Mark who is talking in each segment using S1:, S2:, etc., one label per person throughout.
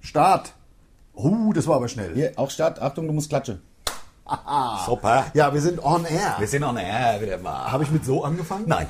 S1: Start. Oh, das war aber schnell.
S2: Hier, auch Start. Achtung, du musst klatschen.
S1: Super. Ja, wir sind on air.
S2: Wir sind on air wieder mal.
S1: Habe ich mit so angefangen?
S2: Nein.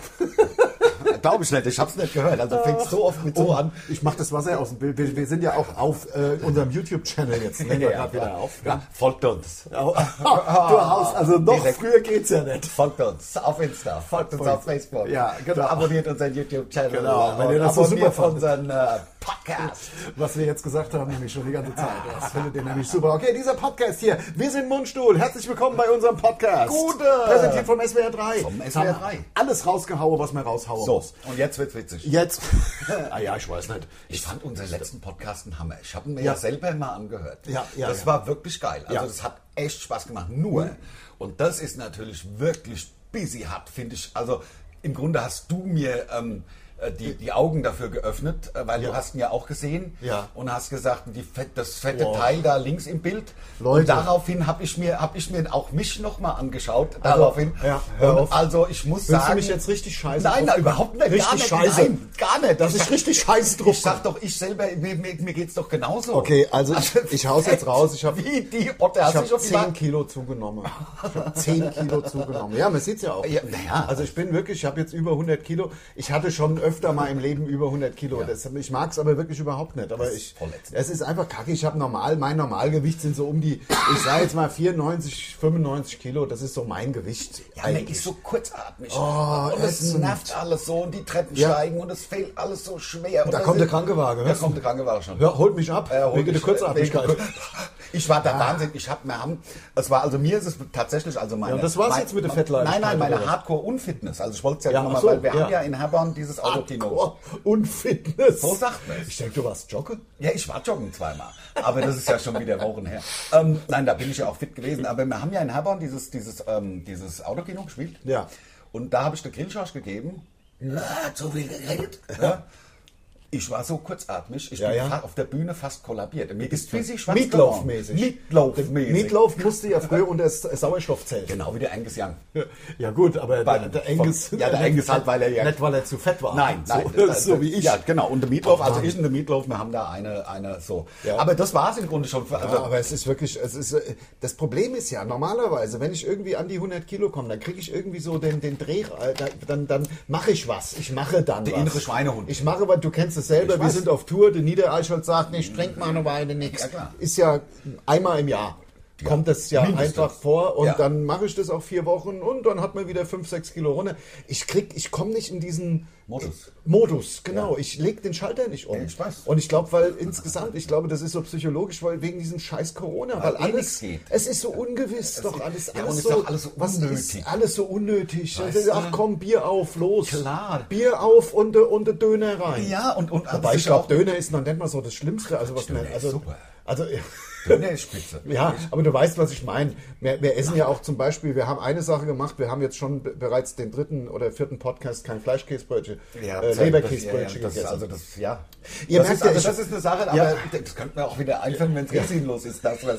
S2: Glaube ich nicht. Ich hab's nicht gehört. Also fängst so oft mit so
S1: Oh,
S2: an.
S1: Ich mache das Wasser aus dem Bild. Wir, wir sind ja auch auf äh, unserem YouTube-Channel jetzt. Nehmen wir grad wieder auf.
S2: Ja, folgt uns.
S1: du Haus, also noch
S2: Direkt.
S1: früher geht's ja nicht.
S2: Folgt uns auf Insta, folgt uns auf Facebook.
S1: Ja, genau.
S2: Abonniert unseren YouTube-Channel.
S1: Genau, wenn
S2: Und
S1: ihr das so
S2: abonniert
S1: super fandet.
S2: unseren äh, Podcast.
S1: Was wir jetzt gesagt haben, nämlich schon die ganze Zeit. Das findet ihr nämlich super. Okay, dieser Podcast hier. Wir sind Mundstuhl. Herzlich willkommen bei unserem Podcast.
S2: Gute.
S1: Präsentiert vom SWR 3.
S2: Vom SWR 3.
S1: Alles rausgehauen, was man raushauen
S2: So,
S1: muss.
S2: und jetzt wird's witzig.
S1: Jetzt. ah ja, ich weiß nicht.
S2: Ich fand unseren letzten Podcast ein Hammer. Ich habe ihn mir
S1: Ja.
S2: ja. selber mal angehört.
S1: Ja, ja,
S2: das
S1: ja.
S2: war wirklich geil. Also
S1: Ja. Mhm.
S2: das hat echt Spaß gemacht. Nur, und das ist natürlich wirklich busy hart, finde ich. Also im Grunde hast du mir ähm, äh, die, die Augen dafür geöffnet, äh, weil
S1: Ja.
S2: du hast ihn ja auch gesehen
S1: Ja.
S2: und hast gesagt, die fett, das fette
S1: Wow.
S2: Teil da links im Bild.
S1: Leute.
S2: Und daraufhin habe ich mir habe ich mir auch mich nochmal angeschaut. Daraufhin.
S1: Also, ja, hör
S2: Und
S1: auf.
S2: also ich muss
S1: Willst
S2: sagen,
S1: du mich jetzt richtig scheiße drauf-
S2: nein, nein, überhaupt nicht.
S1: Richtig
S2: gar nicht,
S1: scheiße.
S2: Nein, gar nicht.
S1: Dass
S2: Ich
S1: ich richtig scheiße drauf
S2: ich sag doch, ich selber, mir, mir, mir geht's doch genauso.
S1: Okay, also ich- ich hau's jetzt raus. Ich hab-
S2: Wie die Otter.
S1: Ich
S2: Hast du
S1: habe
S2: schon
S1: 10
S2: 10
S1: Kilo zugenommen. Ich habe 10 Kilo zugenommen. Ja, man sieht's ja auch.
S2: Ja, na ja.
S1: Also ich bin wirklich, ich habe jetzt über 100 Kilo. Ich hatte schon öfter mal im Leben über 100 Kilo. Das, ich mag's aber wirklich überhaupt nicht. Aber
S2: Das ist
S1: ich,
S2: voll ätzend.
S1: es ist einfach kacke. Ich habe normal, mein Normalgewicht sind so um die, ich sage jetzt mal 94, 95 Kilo. Das ist so mein Gewicht.
S2: Ja, man ist so kurzatmig.
S1: Oh,
S2: und es
S1: ätzend.
S2: nervt alles so und die Treppen
S1: Ja.
S2: steigen und es fällt alles so schwer. Und
S1: da
S2: das
S1: kommt
S2: ist-
S1: der Krankenwagen.
S2: Da
S1: hörst
S2: kommt
S1: du?
S2: der Krankenwagen schon.
S1: Ja, holt mich ab.
S2: Äh, hol
S1: wegen
S2: mich-
S1: der Kurzatmigkeit. Ah.
S2: wegen der Kur- Ich war der Wahnsinn. Ich hab, wir haben, es war, also mir ist es tatsächlich, also meine.
S1: Ja, das war's
S2: mein-
S1: jetzt mit der Fettleibigkeit,
S2: Nein, nein,
S1: oder
S2: meine
S1: was?
S2: Hardcore-Unfitness. Also ich wollte es ja,
S1: Ja,
S2: nur
S1: ach
S2: mal,
S1: so,
S2: weil wir
S1: ja.
S2: haben ja in Herborn dieses Autokino.
S1: Hardcore und Fitness.
S2: So sagt man's.
S1: Ich denke, du warst Jogge.
S2: Ja, ich war joggen zweimal, aber das ist ja schon wieder Wochen her. Ähm, nein, da bin ich ja auch fit gewesen. Aber wir haben ja in Herborn dieses, dieses, ähm, dieses Autokino gespielt.
S1: Ja.
S2: Und da habe ich eine Grillschorsch gegeben. Ja, zu viel geredet. Ja. Ich war so kurzatmig, ich
S1: Ja,
S2: bin
S1: ja.
S2: fa- auf der Bühne fast kollabiert. Mir ist riesig schwarz
S1: Meatloaf-mäßig.
S2: geworden. Meatloaf-mäßig.
S1: Meatloaf musste ja früher unter das Sauerstoffzelt.
S2: Genau wie der Angus Young.
S1: Ja gut, aber der,
S2: Beim-
S1: der Angus...
S2: Ja, der Angus halt, weil er ja-
S1: Nicht, weil er zu fett war.
S2: Nein,
S1: so,
S2: nein. das-
S1: so
S2: das-
S1: wie ich.
S2: Ja, genau. Und der Meatloaf,
S1: Oh,
S2: also
S1: Mann.
S2: ich und der Meatloaf, wir haben da eine, eine so.
S1: Ja.
S2: Aber das war es im Grunde schon.
S1: Ja,
S2: Also,
S1: aber es ist wirklich, es ist, äh, das Problem ist ja, normalerweise, wenn ich irgendwie an die 100 Kilo komme, dann kriege ich irgendwie so den, den Dreh, äh, da- dann, dann mache ich was. Ich mache dann
S2: Der
S1: was.
S2: innere Schweinehund.
S1: Ich mache, was. du kennst es selber,
S2: Ich
S1: wir
S2: weiß.
S1: sind auf Tour, der Niedereichholz sagt, nicht, trink mal eine Weile, nix.
S2: Ja, klar.
S1: ist ja einmal im Jahr. Kommt das ja
S2: mindestens.
S1: einfach vor und
S2: Ja.
S1: dann mache ich das auch vier Wochen und dann hat man wieder fünf, sechs Kilo runter. Ich krieg, ich komme nicht in diesen
S2: Modus.
S1: Modus, genau. Ich leg den Schalter nicht um.
S2: Ja, ich weiß.
S1: Und ich glaube, weil insgesamt, ich glaube, das ist so psychologisch, weil wegen diesem scheiß Corona, weil
S2: eh
S1: alles,
S2: nichts geht.
S1: es ist so ungewiss, doch alles,
S2: ja,
S1: alles,
S2: und es
S1: so,
S2: ist auch alles so
S1: was
S2: unnötig.
S1: Ist alles so unnötig. Also,
S2: Weißt du?
S1: Ach komm, Bier auf, los.
S2: Klar.
S1: Bier auf und, de- und de Döner rein.
S2: ja, und, und
S1: Wobei
S2: das
S1: ich
S2: ist
S1: glaube,
S2: auch-
S1: Döner ist noch nicht mal so das Schlimmste. Also, was
S2: Döner
S1: man,
S2: ist
S1: also,
S2: super.
S1: also,
S2: Döner ist spitze.
S1: ja, aber du weißt, was ich meine. Wir, wir essen ja auch zum Beispiel, wir haben eine Sache gemacht, wir haben jetzt schon be- bereits den dritten oder vierten Podcast kein Fleischkäsebrötchen,
S2: Ja,
S1: äh,
S2: das-
S1: Leberkäsebrötchen
S2: das, ja, ja, das,
S1: gegessen.
S2: ist Also das, ja.
S1: Ihr
S2: das
S1: merkt
S2: ist,
S1: ja,
S2: also
S1: ich-
S2: das ist eine Sache, aber
S1: Ja.
S2: das könnte man auch wieder einfangen, wenn es risiklos ist. also Das,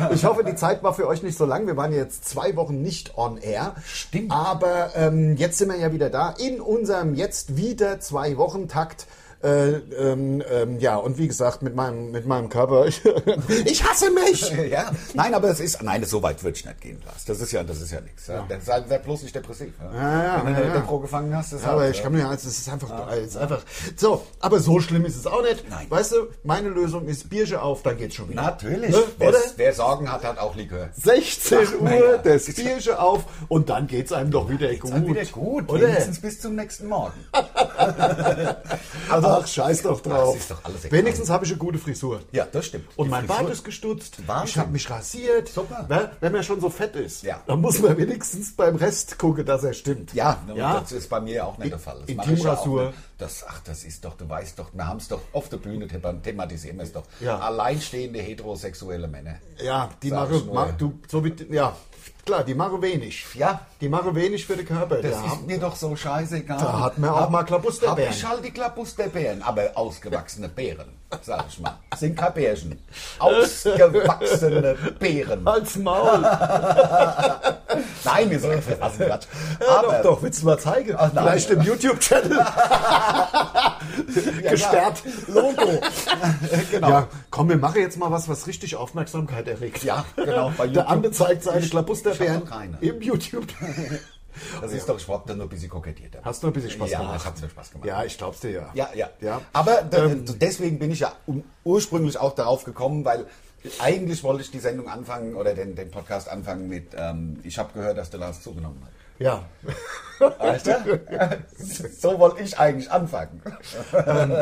S2: was,
S1: Ich hoffe, die Zeit war für euch nicht so lang. Wir waren jetzt zwei Wochen nicht on air.
S2: Stimmt.
S1: Aber ähm, jetzt sind wir ja wieder da in unserem jetzt wieder zwei Wochen Takt. Äh, ähm, ähm, ja, und wie gesagt, mit meinem, mit meinem Körper. Ich, hasse mich!
S2: ja. Nein, aber es ist, nein, so weit würde ich nicht gehen lassen. Das ist ja, das ist ja nichts. Ja. Das sei, sei bloß nicht depressiv. Ja.
S1: ja,
S2: wenn du
S1: ja,
S2: eine
S1: ja.
S2: Depro gefangen hast, ist
S1: Aber
S2: halt,
S1: ich
S2: ja.
S1: kann mir, also es ist einfach, es ist einfach. So, aber so schlimm ist es auch nicht.
S2: Ah. Nein.
S1: Weißt du, meine Lösung ist Bierchen auf, dann geht's schon wieder.
S2: Natürlich.
S1: Ne?
S2: Wer,
S1: Oder?
S2: wer Sorgen hat, hat auch Likör.
S1: 16
S2: Ach,
S1: Uhr,
S2: naja.
S1: das Bierchen auf und dann geht's einem doch wieder gut.
S2: Dann wieder gut.
S1: oder?
S2: Wenigstens bis zum nächsten Morgen.
S1: Also, Ach, scheiß doch drauf.
S2: Das ist doch alles egal.
S1: Wenigstens habe ich eine gute Frisur.
S2: Ja, das stimmt.
S1: Und
S2: Die
S1: mein
S2: Frisur-
S1: Bart ist gestutzt.
S2: Wahnsinn.
S1: Ich habe mich rasiert.
S2: Super.
S1: Ne? Wenn man schon so fett ist,
S2: Ja.
S1: dann muss man wenigstens beim Rest gucken, dass er stimmt.
S2: Ja,
S1: Ja.
S2: Ne, das ist bei mir ja auch nicht der Fall. Das mache ich
S1: Intimrasur.
S2: ja auch nicht. Das, ach, das ist doch, du weißt doch, wir haben es doch auf der Bühne thema- thematisieren wir es doch.
S1: Ja.
S2: Alleinstehende heterosexuelle Männer.
S1: Ja, die
S2: Sag
S1: mache,
S2: ich nur.
S1: ma, du, so wie, ja, klar, die mache wenig.
S2: Ja.
S1: Die mache wenig für den Körper.
S2: Das
S1: ja.
S2: ist mir doch so scheißegal.
S1: Da hat man auch mal
S2: Hab
S1: Klabusterbären.
S2: ich halt die Klabusterbären, aber ausgewachsene Bären. sag ich mal. Sind keine Bärchen. Ausgewachsene Bären.
S1: Als Maul.
S2: Nein, wir sind was ein Quatsch.
S1: Ja, doch, doch, willst du mal zeigen?
S2: Ach, nein.
S1: Vielleicht im YouTube-Channel. Gesperrt. Logo.
S2: genau.
S1: Ja, komm, wir machen jetzt mal was, was richtig Aufmerksamkeit erregt.
S2: Ja, genau, bei
S1: Der
S2: YouTube.
S1: andere zeigt seine
S2: Ich- ich hab
S1: Klabusterbären
S2: noch keine.
S1: im YouTube.
S2: Das ist doch, ich hab da nur ein bisschen kokettiert. damit.
S1: Hast du ein bisschen Spaß
S2: ja,
S1: gemacht?
S2: ich hab's mir Spaß gemacht.
S1: Ja, ich glaub's dir ja.
S2: Ja, ja.
S1: ja. Ähm.
S2: Aber d- d- deswegen bin ich ja um- ursprünglich auch darauf gekommen, weil eigentlich wollte ich die Sendung anfangen oder den, den Podcast anfangen mit, ähm, ich habe gehört, dass der Lars zugenommen hat.
S1: Ja.
S2: Weißt du? so wollte ich eigentlich anfangen.
S1: Ähm.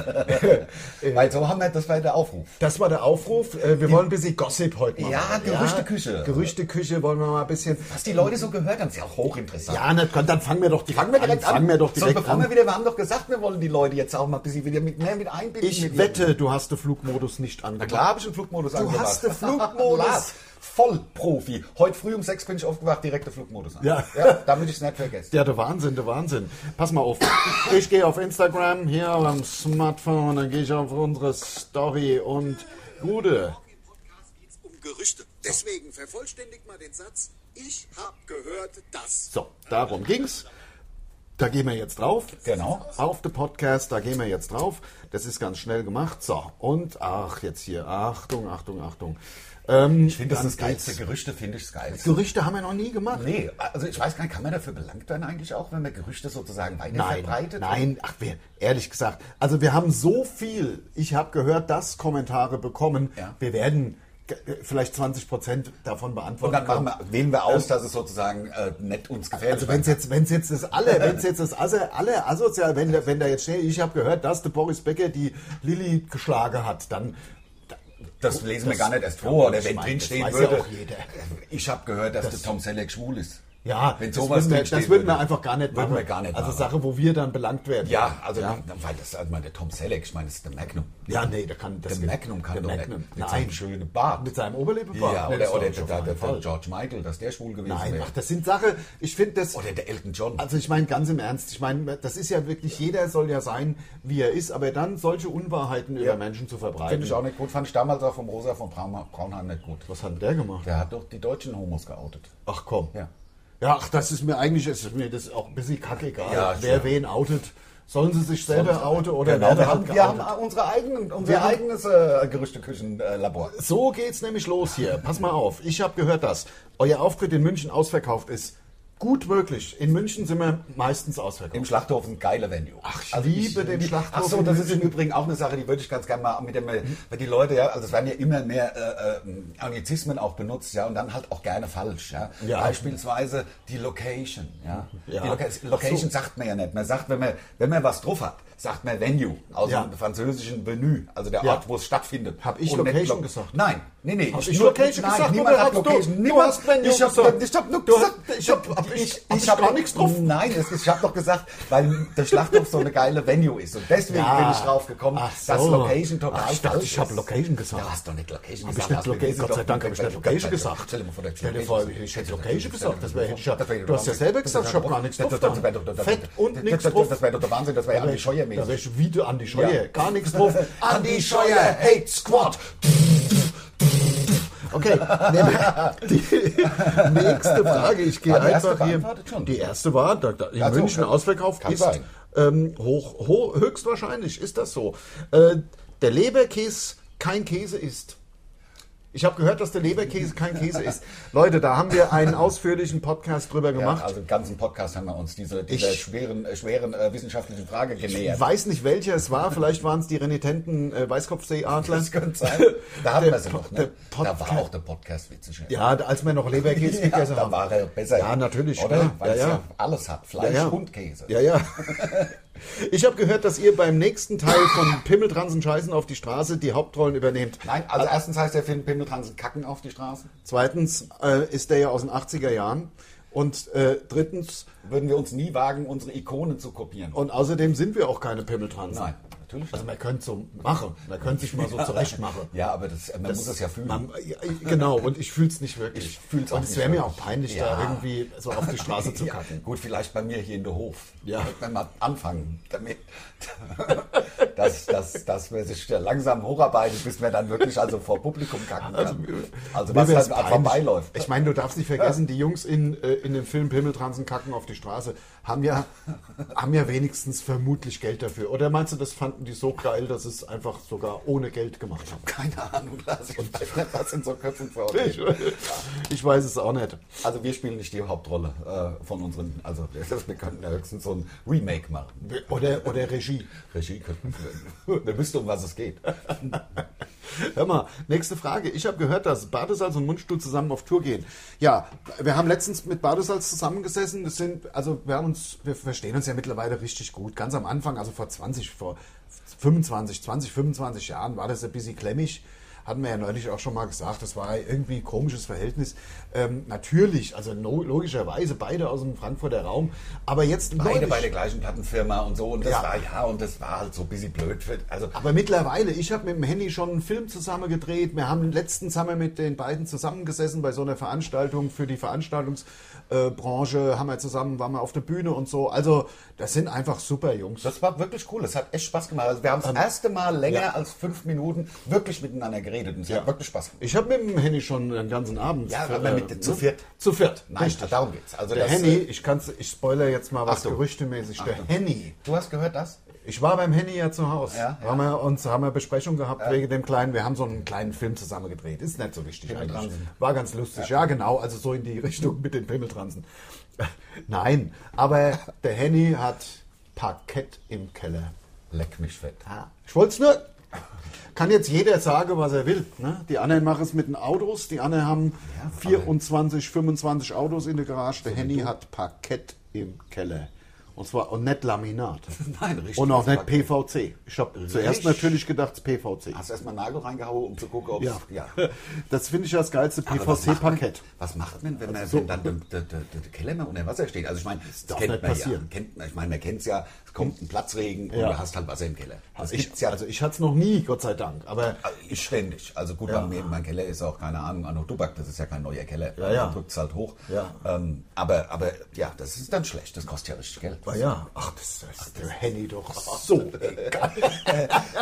S2: weil so haben wir das war der Aufruf.
S1: Das war der Aufruf. Äh, Wir wollen ein bisschen Gossip heute machen.
S2: Ja, Gerüchteküche.
S1: Gerüchteküche wollen wir mal ein bisschen.
S2: Was die Leute so gehört haben, ist ja auch hochinteressant.
S1: Ja, na, komm, dann fangen wir doch direkt
S2: Fangen wir direkt an.
S1: Fangen wir doch direkt
S2: so, bevor
S1: an.
S2: Wir, wieder, wir haben doch gesagt, wir wollen die Leute jetzt auch mal ein bisschen wieder mit, mehr mit einbinden. mit
S1: Ich
S2: ihren-
S1: wette, du hast den Flugmodus nicht angemacht.
S2: Na klar habe ich den Flugmodus
S1: Du hast den Flugmodus.
S2: Lars, Vollprofi. Heute früh um sechs bin ich aufgewacht, direkt den Flugmodus an.
S1: Ja.
S2: damit ich es nicht vergesse.
S1: Ja, der Wahnsinn, der Wahnsinn. Pass mal auf. Ich gehe auf Instagram, hier am Smartphone, dann gehe ich auf unsere Story und Gude.
S3: Im Podcast geht's um Gerüchte. Deswegen vervollständigt mal den Satz, ich hab gehört, dass.
S1: So, darum ging's. Da gehen wir jetzt drauf.
S2: Genau.
S1: Auf den Podcast, da gehen wir jetzt drauf. Das ist ganz schnell gemacht. So, und ach, jetzt hier. Achtung, Achtung, Achtung. Ähm,
S2: Ich finde das
S1: dann
S2: das Geilste.
S1: geht's.
S2: Gerüchte finde ich das Geilste.
S1: Gerüchte haben wir noch nie gemacht.
S2: Nee, also ich weiß gar nicht, kann man dafür belangt werden eigentlich auch, wenn man Gerüchte sozusagen weiter
S1: Nein,
S2: verbreitet?
S1: nein, ach, wir, ehrlich gesagt. Also wir haben so viel, ich habe gehört, dass Kommentare bekommen.
S2: Ja.
S1: Wir werden ge- äh, vielleicht 20 Prozent davon
S2: Und
S1: beantworten.
S2: dann machen
S1: können.
S2: wir, wählen wir aus, dass es sozusagen äh, nicht uns gefällt.
S1: Also wenn es jetzt, wenn's jetzt das alle, wenn es jetzt das alle, alle asozial, wenn, der- wenn da jetzt steht, ich habe gehört, dass der Boris Becker die Lilly geschlagen hat, dann
S2: das lesen wir
S1: das-
S2: gar nicht erst vor. Oder
S1: Ich
S2: wenn
S1: meine,
S2: drinstehen
S1: das weiß
S2: würde,
S1: ja auch jeder.
S2: ich habe gehört, dass der Tom Selleck schwul ist.
S1: ja,
S2: wenn
S1: das
S2: sowas
S1: würden wir,
S2: drinstehen
S1: das würden wir
S2: würde.
S1: einfach gar nicht
S2: Würden
S1: machen.
S2: wir gar nicht
S1: also
S2: machen.
S1: Sache, wo wir dann belangt werden.
S2: Ja, also weil das, also meine, der Tom Selleck, ich meine, das ist der Magnum.
S1: ja, nee, da kann das
S2: Der Magnum kann
S1: der
S2: doch
S1: Magnum.
S2: nicht. Mit
S1: Nein,
S2: seinem schönen Bart.
S1: mit seinem Oberlippenbart.
S2: ja,
S1: Nee, das
S2: oder,
S1: glaub
S2: oder
S1: ich
S2: der,
S1: auf
S2: der,
S1: keinen
S2: der,
S1: Fall.
S2: George Michael, dass der schwul gewesen
S1: Nein,
S2: wäre.
S1: ach, das sind Sachen, ich finde das.
S2: Oder der Elton John.
S1: Also ich meine ganz im Ernst, ich meine, das ist ja wirklich, jeder soll ja sein, wie er ist, aber dann solche Unwahrheiten über Menschen zu verbreiten.
S2: Finde ich auch nicht gut. Fand ich damals auch vom Rosa von Braun, Braunhaar nicht gut.
S1: Was hat denn der gemacht?
S2: Der hat doch die deutschen Homos geoutet.
S1: Ach komm.
S2: Ja.
S1: Ja, ach, das ist mir eigentlich, ist mir das auch ein bisschen kackegal,
S2: Ja,
S1: wer
S2: sure.
S1: wen outet. Sollen sie sich selber outen oder
S2: Genau,
S1: wer
S2: wir
S1: hat
S2: haben, wir
S1: geoutet?
S2: haben unsere eigenen, unser
S1: haben-
S2: eigenes äh, Gerüchteküchenlabor.
S1: So geht's nämlich los hier. Pass mal auf, ich habe gehört, dass euer Auftritt in München ausverkauft ist. Gut möglich. In München sind wir meistens ausverkauft.
S2: Im Schlachthof ein geiler Venue. Ach,
S1: ich liebe den Mhm. Schlachthof
S2: Ach so,
S1: in
S2: das ist im Übrigen auch eine Sache, die würde ich ganz gerne mal mit dem, weil die Leute ja, also es werden ja immer mehr äh, äh, Anglizismen auch benutzt, ja, und dann halt auch gerne falsch, ja.
S1: Ja.
S2: Beispielsweise die Location, ja.
S1: Ja.
S2: Die Loca Location sagt man ja nicht. Man sagt, wenn man, wenn man was drauf hat, sagt man Venue, aus
S1: Ja.
S2: dem französischen Venue, also der
S1: Ja.
S2: Ort, wo es stattfindet.
S1: Hab ich
S2: Und nicht
S1: Location
S2: Lo-
S1: gesagt?
S2: Nein, nee, nee.
S1: Hab ich Location
S2: nein,
S1: gesagt?
S2: Niemand
S1: Oder
S2: hat
S1: hast du-
S2: Location.
S1: du
S2: niemand-
S1: hast Venue
S2: ich hab-
S1: gesagt?
S2: Ich hab nur
S1: Du hast-
S2: gesagt,
S1: ich hab- hab ich- hab ich
S2: hab-
S1: gar nichts drauf?
S2: Nein, es, ich habe doch gesagt, weil der Schlachthof so eine geile Venue ist. Und deswegen bin ich drauf gekommen,
S1: Ach so.
S2: dass Location total
S1: Ach, ich dachte,
S2: falsch
S1: ich habe
S2: ist.
S1: Location gesagt.
S2: Du hast doch nicht Location
S1: Hab ich
S2: gesagt.
S1: nicht
S2: hast du-
S1: Location,
S2: wir sind
S1: Gott sei
S2: doch-
S1: Dank habe ich nicht Location gesagt.
S2: Stell dir mal vor, der
S1: Stell dir vor, ich hätte Location gesagt. Das wär- hätte ich ja- du hast ja selber gesagt, ich hab gar nichts drauf. Fett und nichts drauf.
S2: Das wäre doch der Wahnsinn, das wäre ja Andi Scheuer
S1: Da wäre
S2: mäßig.
S1: ich wieder Andi Scheuer.
S2: Ja.
S1: Gar nichts drauf.
S2: Andi Scheuer, Hate Squad.
S1: Okay, nehmen wir die nächste Frage. Ich gehe
S2: War die erste
S1: einfach hier.
S2: beantwortet schon?
S1: Die erste war, da, da, in
S2: Ach so,
S1: München
S2: ja.
S1: ausverkauft
S2: Kann
S1: ist
S2: sein.
S1: ähm, hoch, ho, höchstwahrscheinlich ist das so. Äh, der Leberkäse kein Käse ist. Ich habe gehört, dass der Leberkäse kein Käse ist. Leute, da haben wir einen ausführlichen Podcast drüber
S2: Ja,
S1: gemacht.
S2: also im ganzen Podcast haben wir uns dieser, dieser
S1: Ich-
S2: schweren, äh, schweren äh, wissenschaftlichen Frage genähert.
S1: ich weiß nicht, welcher es war. Vielleicht waren es die renitenten äh, Weißkopfseeadler.
S2: Das könnte sein. Da hatten
S1: Der
S2: wir sie noch.
S1: Po-
S2: Ne?
S1: der
S2: Da war
S1: Podcast-
S2: auch der Podcast witzig.
S1: Ja, als wir noch Leberkäse
S2: Ja,
S1: gegessen
S2: da
S1: haben.
S2: war er besser.
S1: Ja, natürlich.
S2: Oder?
S1: klar.
S2: Weil
S1: ja,
S2: es
S1: ja.
S2: ja alles hat. Fleisch
S1: ja, ja.
S2: und Käse.
S1: Ja, ja. Ich habe gehört, dass ihr beim nächsten Teil von Pimmeltransen Scheißen auf die Straße die Hauptrollen übernehmt.
S2: Nein, also erstens heißt der Film Pimmeltransen kacken auf die Straße.
S1: Zweitens äh, ist der ja aus den 80er Jahren. Und äh, drittens,
S2: Würden wir uns nie wagen, unsere Ikonen zu kopieren.
S1: und außerdem sind wir auch keine Pimmeltransen.
S2: Nein, natürlich.
S1: Also man könnte so machen, man könnte sich mal so zurecht machen.
S2: ja, aber das, äh, man muss es ja fühlen.
S1: Man, ja, genau, und ich fühle es nicht wirklich.
S2: Ich fühl's auch
S1: und es
S2: nicht
S1: wäre mir auch
S2: wirklich.
S1: peinlich, da
S2: Ja.
S1: irgendwie so auf die Straße zu
S2: Ja,
S1: kacken.
S2: Gut, vielleicht bei mir hier in der Hof.
S1: Ja.
S2: Wenn wir anfangen damit, dass, dass, dass wir sich da langsam hocharbeiten, bis wir dann wirklich also vor Publikum kacken können. Also,
S1: Mir
S2: was
S1: wär's
S2: halt einfach
S1: peinlich.
S2: vorbeiläuft.
S1: Ich meine, du darfst nicht vergessen, die Jungs in, äh, in dem Film Pimmeltransen kacken auf die Straße haben ja, haben ja wenigstens vermutlich Geld dafür. Oder meinst du, das fanden die so geil, dass es einfach sogar ohne Geld gemacht haben?
S2: Keine Ahnung, Lars, ich weiß nicht, was in so Köpfen vorgeht.
S1: Ich, ich weiß es auch nicht.
S2: Also wir spielen nicht die Hauptrolle äh, von unseren, also wir könnten ja höchstens so ein Remake machen.
S1: Oder, oder Regie.
S2: Regie könnten wir. Wir wüssten, um was es geht.
S1: Hör mal, nächste Frage. Ich habe gehört, dass Badesalz und Mundstuhl zusammen auf Tour gehen. Ja, wir haben letztens mit Badesalz zusammengesessen. Das sind, also wir haben uns, wir verstehen uns ja mittlerweile richtig gut. Ganz am Anfang, also vor 20, vor 25, 20, 25 Jahren war das ein bisschen klemmig. Hatten wir ja neulich auch schon mal gesagt, das war irgendwie ein komisches Verhältnis. Ähm, natürlich, also no, logischerweise beide aus dem Frankfurter Raum, aber jetzt
S2: Beide
S1: neulich-
S2: bei der gleichen Plattenfirma und so und das
S1: Ja.
S2: war ja und das war halt so ein bisschen blöd. Für, also
S1: Aber mittlerweile, ich habe mit dem Handy schon einen Film zusammen gedreht. Wir haben letztens haben wir mit den beiden zusammengesessen bei so einer Veranstaltung für die Veranstaltungsbranche. Haben wir zusammen, waren wir auf der Bühne und so. Also, das sind einfach super Jungs.
S2: Das war wirklich cool. Es hat echt Spaß gemacht. Also wir haben das erste Mal länger
S1: ja.
S2: als fünf Minuten wirklich miteinander geredet und es hat wirklich Spaß gemacht.
S1: Ich habe mit dem Henny schon den ganzen Abend. äh, ne?
S2: Ja, aber mit den- zu viert.
S1: Zu viert.
S2: Nein, darum geht's. Also
S1: Also der
S2: das,
S1: Henny,
S2: äh,
S1: ich kann's, ich spoiler jetzt mal was
S2: Achtung.
S1: gerüchtemäßig. Der Henny.
S2: Du hast gehört das?
S1: Ich war beim Henny ja zu Hause.
S2: Ja, ja.
S1: Haben wir uns haben wir Besprechung gehabt wegen dem kleinen. Wir haben so einen kleinen Film zusammen gedreht. Ist nicht so wichtig eigentlich.
S2: Pimmeltransen.
S1: War ganz lustig. Ja. genau. Also so in die Richtung mit den Pimmeltransen. Äh, Nein, aber der Henny hat Parkett im Keller.
S2: Leck mich fett.
S1: Ah. Ich wollte es nur. Kann jetzt jeder sagen, was er will. Ne? Die anderen machen es mit den Autos. Die anderen haben
S2: Ja, aber-
S1: 24, 25 Autos in der Garage. Der Henny hat Parkett im Keller. Und zwar und nicht Laminat.
S2: Nein, richtig.
S1: Und auch nicht PVC. Ich habe zuerst
S2: Richtig.
S1: natürlich gedacht, es ist PVC.
S2: Hast erstmal Nagel reingehauen, um zu gucken, ob
S1: Ja.
S2: ja.
S1: Das finde ich das geilste
S2: Aber was macht man-
S1: PVC-Parkett.
S2: Was macht man, wenn, man, wenn dann der, der, der, der Keller mal unter Wasser steht? Also ich meine, Also das,
S1: darf
S2: kennt
S1: nicht
S2: man
S1: passieren.
S2: ja. Kennt, man. ich meine, man kennt es ja, es kommt ein Platzregen
S1: Ja.
S2: und du hast halt Wasser im Keller. Das
S1: Also ich,
S2: gibt's ja
S1: also ich hatte es noch nie, Gott sei Dank. Aber
S2: Also Ich ständig. Also gut, bei mir, mein Keller ist auch, keine Ahnung, Anno Dubak, das ist ja kein neuer Keller.
S1: Ja, ja.
S2: Man drückt es halt hoch.
S1: Ja.
S2: Ähm, aber, aber ja, das ist dann schlecht. Das kostet ja richtig Geld.
S1: aber ja, ach, das ist der Henny doch so egal.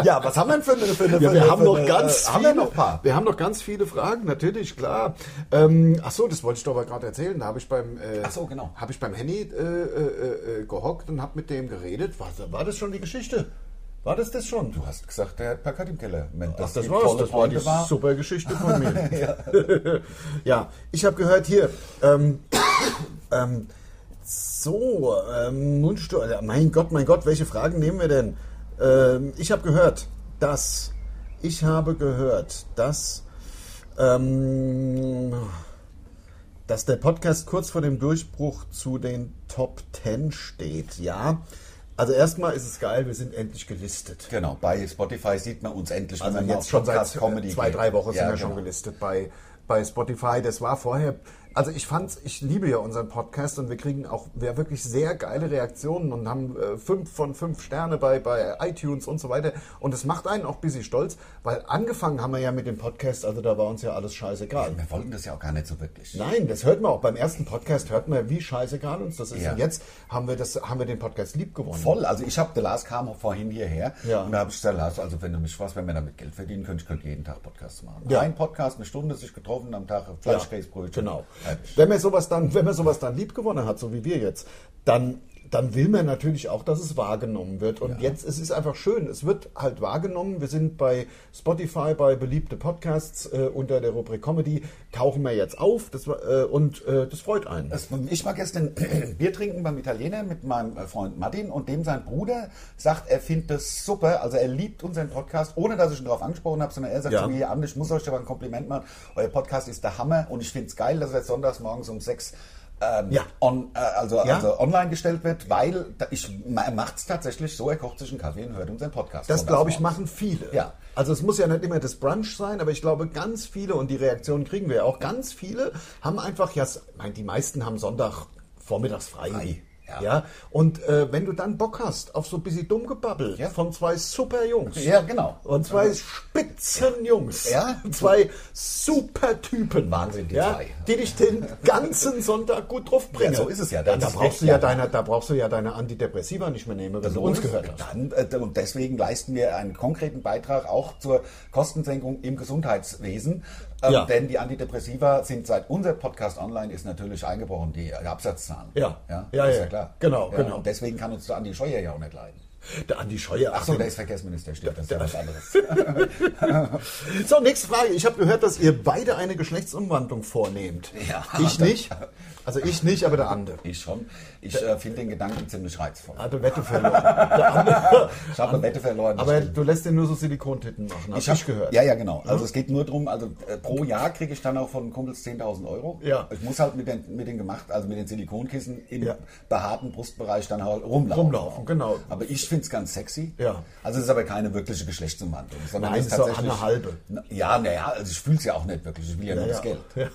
S2: ja, was haben wir denn für eine... Für eine
S1: Ja,
S2: für eine-
S1: wir haben
S2: für
S1: noch
S2: eine-
S1: ganz
S2: äh,
S1: viele,
S2: Haben wir noch ein paar?
S1: Wir haben noch ganz viele Fragen, natürlich, klar. Ähm, ach so, das wollte ich doch aber gerade erzählen. Da habe ich beim äh,
S2: Ach so, genau.
S1: habe ich beim Henny äh, äh, äh, gehockt und habe mit dem geredet. War, war das schon die Geschichte? War das das schon?
S2: Du hast gesagt, der hat Parkett im Keller. Wenn
S1: Ach, das
S2: die
S1: war's.
S2: tolle
S1: Das war die
S2: Pointe war,
S1: super Geschichte von mir. ja. ich habe gehört hier. Ähm, ähm, so, ähm, Mundstuhl. ja, Mein Gott, mein Gott, welche Fragen nehmen wir denn? Ähm, ich habe gehört, dass. Ich habe gehört, dass. Ähm, dass der Podcast kurz vor dem Durchbruch zu den Top 10 steht, ja. Also erstmal ist es geil, wir sind endlich gelistet.
S2: Genau, bei Spotify sieht man uns endlich,
S1: Also
S2: wenn man
S1: jetzt schon seit
S2: Podcast
S1: Comedy zwei,
S2: geht.
S1: drei Wochen sind
S2: Ja,
S1: wir schon
S2: genau.
S1: gelistet bei, bei Spotify. Das war vorher. Also ich fand's, ich liebe ja unseren Podcast und wir kriegen auch wir wirklich sehr geile Reaktionen und haben äh, fünf von fünf Sterne bei, bei iTunes und so weiter. Und es macht einen auch ein bisschen stolz, weil angefangen haben wir ja mit dem Podcast, also da war uns ja alles scheißegal.
S2: Wir wollten das ja auch gar nicht so wirklich.
S1: Nein, das hört man auch beim ersten Podcast, hört man, wie scheißegal uns das ist.
S2: Ja.
S1: Und jetzt haben wir, das, haben wir den Podcast lieb gewonnen.
S2: Voll, also ich habe, der Lars kam vorhin hierher
S1: Ja.
S2: und da habe ich gesagt, Lars, also wenn du mich was, wenn wir damit Geld verdienen können, ich könnte jeden Tag Podcasts machen.
S1: Ja.
S2: Ein Podcast, eine Stunde sich getroffen am Tag,
S1: Ja,
S2: Fleischkäsebrötchen.
S1: Genau.
S2: Fertig.
S1: Wenn man sowas dann, wenn man sowas dann lieb gewonnen hat, so wie wir jetzt, dann dann will man natürlich auch, dass es wahrgenommen wird. Und jetzt, es ist einfach schön, es wird halt wahrgenommen. Wir sind bei Spotify, bei beliebte Podcasts äh, unter der Rubrik Comedy, tauchen wir jetzt auf das, war- äh, und äh, das freut einen.
S2: Das, ich war gestern Bier trinken beim Italiener mit meinem äh, Freund Martin und dem sein Bruder sagt, er findet das super, also er liebt unseren Podcast, ohne dass ich ihn darauf angesprochen habe, sondern er sagt
S1: Ja.
S2: zu mir, "Abend, ich muss euch aber ein Kompliment machen, euer Podcast ist der Hammer und ich finde es geil, dass er jetzt sonntags morgens um sechs ähm,
S1: Ja.
S2: on, äh, also,
S1: Ja.
S2: also online gestellt wird, weil da, ich, er macht es tatsächlich so, er kocht sich einen Kaffee und hört unseren Podcast.
S1: Das,
S2: sonntags
S1: glaube ich,
S2: morgens.
S1: machen viele.
S2: Ja.
S1: Also es muss ja nicht immer das Brunch sein, aber ich glaube, ganz viele, und die Reaktion kriegen wir ja auch, ganz viele haben einfach, ja, s- ich meine, die meisten haben Sonntag vormittags frei.
S2: Frei,
S1: Ja. Und äh, wenn du dann Bock hast auf so ein bisschen Dummgebabbel
S2: Ja.
S1: von zwei super Jungs.
S2: Ja, genau.
S1: Und zwei Spitzenjungs.
S2: Ja.
S1: Zwei super Typen.
S2: Wahnsinn, die
S1: ja?
S2: zwei.
S1: Die dich den ganzen Sonntag gut draufbringen.
S2: Ja, so ist es ja.
S1: Da,
S2: Das ist
S1: brauchst du ja
S2: echt ja.
S1: deine, da brauchst du ja deine Antidepressiva nicht mehr nehmen, wenn du Also uns gehört hast.
S2: Dann, äh, und deswegen leisten wir einen konkreten Beitrag auch zur Kostensenkung im Gesundheitswesen. Ähm,
S1: Ja.
S2: Denn die Antidepressiva sind seit unser Podcast online ist natürlich eingebrochen, die Absatzzahlen.
S1: Ja.
S2: ja,
S1: Ja,
S2: ist
S1: ja.
S2: ja klar.
S1: Genau,
S2: ja,
S1: genau.
S2: Und deswegen kann uns der Andi Scheuer ja auch nicht leiden.
S1: Der Andi Scheuer.
S2: Achso, der ist Verkehrsminister, stimmt. Das ist ja was anderes.
S1: So, nächste Frage. Ich habe gehört, dass ihr beide eine Geschlechtsumwandlung vornehmt.
S2: Ja.
S1: Ich nicht. Also ich nicht, aber der andere.
S2: Ich schon. Ich äh, finde den Gedanken ziemlich reizvoll.
S1: Hatte Wette verloren. Der andere.
S2: Ich habe eine Wette verloren. das
S1: Aber du lässt dir nur so Silikontitten machen, hab ich,
S2: hab-
S1: gehört.
S2: Ja, ja, genau. Also es geht nur darum, also äh, pro Jahr kriege ich dann auch von Kumpels 10.000 Euro.
S1: Ja.
S2: Ich muss halt mit den, mit den gemacht, also mit den Silikonkissen im
S1: Ja.
S2: behaarten Brustbereich dann halt rumlaufen.
S1: Rumlaufen, genau.
S2: Aber ich finde es ganz sexy.
S1: Ja.
S2: Also es ist aber keine wirkliche Geschlechtsumwandlung. sondern
S1: Nein,
S2: es
S1: es ist auch eine halbe.
S2: Na, Ja, naja, also ich fühle es ja auch nicht wirklich. Ich will ja, nur das Geld.
S1: Ja.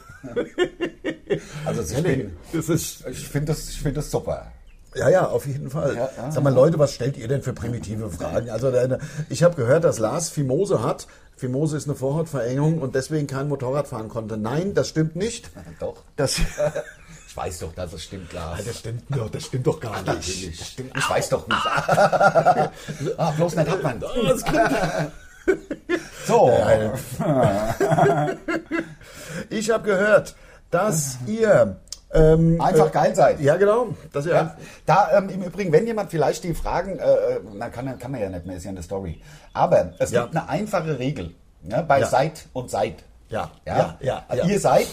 S2: Also es- ich,
S1: Nee,
S2: bin-
S1: das ist,
S2: ich finde das, ich find das super.
S1: ja, ja, auf jeden Fall.
S2: Ja, ja.
S1: Sag mal, Leute, was stellt ihr denn für primitive Fragen? Also, deine- ich habe gehört, dass Lars Fimose hat. Fimose ist eine Vorhautverengung und deswegen kein Motorrad fahren konnte. Nein, das stimmt nicht.
S2: Doch.
S1: Das,
S2: Ich weiß doch, dass es stimmt, Lars.
S1: das stimmt doch, das stimmt doch gar
S2: Natürlich. Das stimmt. Ich weiß doch nicht. ah, bloß nicht abwand.
S1: Oh, das klingt
S2: So.
S1: Ich habe gehört, dass ihr ähm,
S2: Einfach geil sein.
S1: Ja, genau. Dass ihr
S2: Ja. Da ähm, im Übrigen, wenn jemand vielleicht die Fragen, äh, na, kann, kann man ja nicht mehr, ist ja eine Story. Aber es
S1: Ja.
S2: gibt eine einfache Regel ne, bei
S1: Ja.
S2: seid und seid.
S1: Ja,
S2: Ja? Also
S1: ja, ja, ja.
S2: Ihr seid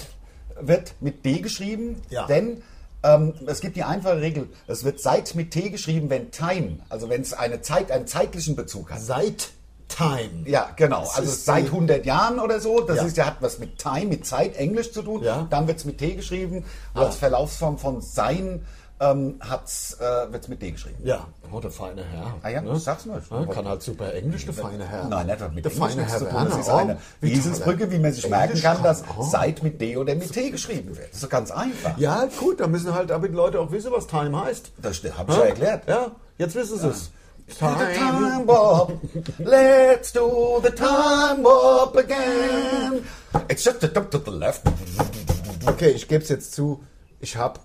S2: wird mit D geschrieben,
S1: Ja.
S2: denn ähm, es gibt die einfache Regel, es wird seit mit T geschrieben, wenn Time, also wenn es eine Zeit, einen zeitlichen Bezug hat.
S1: seit Time.
S2: Ja, genau.
S1: Das
S2: also
S1: ist
S2: seit
S1: die-
S2: 100 Jahren oder so. Das
S1: Ja.
S2: ist ja hat was mit Time, mit Zeit, Englisch zu tun.
S1: Ja.
S2: Dann wird es mit T geschrieben.
S1: Ja.
S2: Als Verlaufsform von sein ähm, hat's, äh, wird es mit D geschrieben.
S1: Ja, oh, der feine Herr. ne?
S2: Ah ja, sag's mal.
S1: Ja, kann halt super Englisch, der feine Herr.
S2: Nein, nicht hat mit
S1: der
S2: Englisch
S1: feine
S2: nichts
S1: Herr
S2: zu tun.
S1: Werner.
S2: Das ist
S1: Oh,
S2: eine
S1: wie
S2: Eselsbrücke,
S1: toll er
S2: wie man sich merken
S1: Englisch
S2: kann, dass
S1: kann. Oh.
S2: seit mit D oder mit T geschrieben wird. Das ist ganz einfach.
S1: Ja, gut, da müssen halt aber die Leute auch wissen, was Time heißt.
S2: Das habe ich ja erklärt.
S1: Ja, jetzt wissen sie es.
S2: To the time warp. Let's do the time warp again. It's just a jump to the left.
S1: Okay, ich gebe es jetzt zu. Ich habe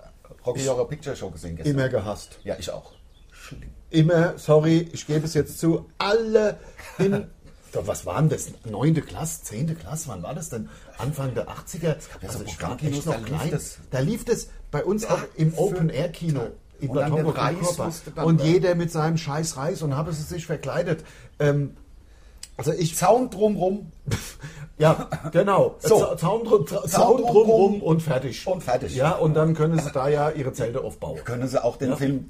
S2: Rocky Horror Picture Show gesehen gestern.
S1: immer gehasst.
S2: Ja, ich auch.
S1: immer, sorry, ich gebe es jetzt zu, alle in. Doch, was waren das? Neunte Klasse, zehnte Klasse, wann war das denn? Anfang der 80er? Also
S2: so
S1: ich war echt
S2: Programmkinos,
S1: noch
S2: da lief
S1: klein.
S2: das-
S1: da lief das bei uns auch im Open-Air-Kino. In
S2: Und dann
S1: Bad
S2: den
S1: Homburg im
S2: Reis
S1: Kurpark.
S2: musste dann
S1: Und
S2: da-
S1: jeder mit seinem scheiß Reis und habe es sich verkleidet. Ähm, also ich...
S2: Zaun drumrum
S1: Ja, genau.
S2: So.
S1: Za- Zaun, drum, Zaun,
S2: Zaun
S1: drum,
S2: drum,
S1: rum und fertig.
S2: und fertig.
S1: Ja, und dann können sie da ja ihre Zelte aufbauen.
S2: können sie auch den Film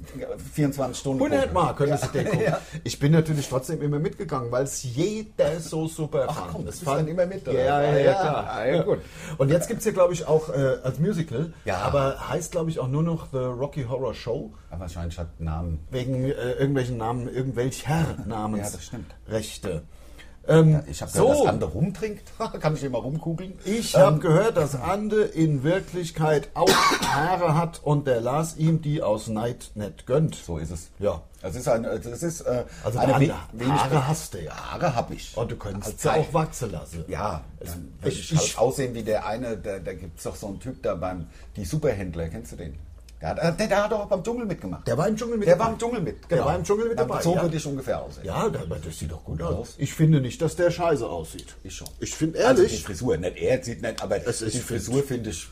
S2: 24 Stunden
S1: 100
S2: gucken.
S1: Mal könntest du den gucken. Ich bin natürlich trotzdem immer mitgegangen, weil es jeder so super fand.
S2: komm, das
S1: Es
S2: bist
S1: fand
S2: dann immer mit,
S1: Ja,
S2: oder?
S1: ja, ja,
S2: Ah, ja,
S1: klar.
S2: ah, ja, gut.
S1: Und jetzt gibt es hier, glaube ich, auch äh, als Musical,
S2: Ja.
S1: aber heißt, glaube ich, auch nur noch The Rocky Horror Show,
S2: Aber wahrscheinlich hat Namen.
S1: wegen äh, irgendwelchen Namen, irgendwelcher Namensrechte.
S2: das stimmt.
S1: Ähm,
S2: Ich habe
S1: so,
S2: gehört, dass Ande rumtrinkt. Kann ich immer rumkugeln? Ähm,
S1: ich habe gehört, dass Ande in Wirklichkeit auch Haare hat und der Lars ihm die aus Neid nicht gönnt.
S2: So ist es.
S1: Ja.
S2: Es ist ein, es ist äh,
S1: Also
S2: eine
S1: der
S2: we-
S1: Ande-
S2: wenig
S1: Haare hast du ja.
S2: Haare habe ich.
S1: Und Oh, du könntest sie
S2: Als-
S1: auch wachsen lassen.
S2: Ja,
S1: Es-
S2: dann würde
S1: ich,
S2: ich,
S1: ich,
S2: halt aussehen wie der eine, da, da gibt es doch so einen Typ da beim, die Superhändler, kennst du den? Der hat, äh, der, der hat doch auch beim Dschungel mitgemacht.
S1: Der war im Dschungel mit
S2: Der
S1: dabei.
S2: war im Dschungel mit,
S1: Der war im Dschungel mit
S2: Dann
S1: dabei,
S2: So
S1: ja.
S2: würde ich ungefähr aussehen.
S1: ja, da- aber das sieht doch gut
S2: aus.
S1: aus. Ich finde nicht, dass der scheiße aussieht.
S2: Ich schon.
S1: Ich finde
S2: Also die
S1: ehrlich,
S2: Frisur, nicht er sieht nicht, aber
S1: Es ist
S2: die
S1: fit.
S2: Frisur finde ich.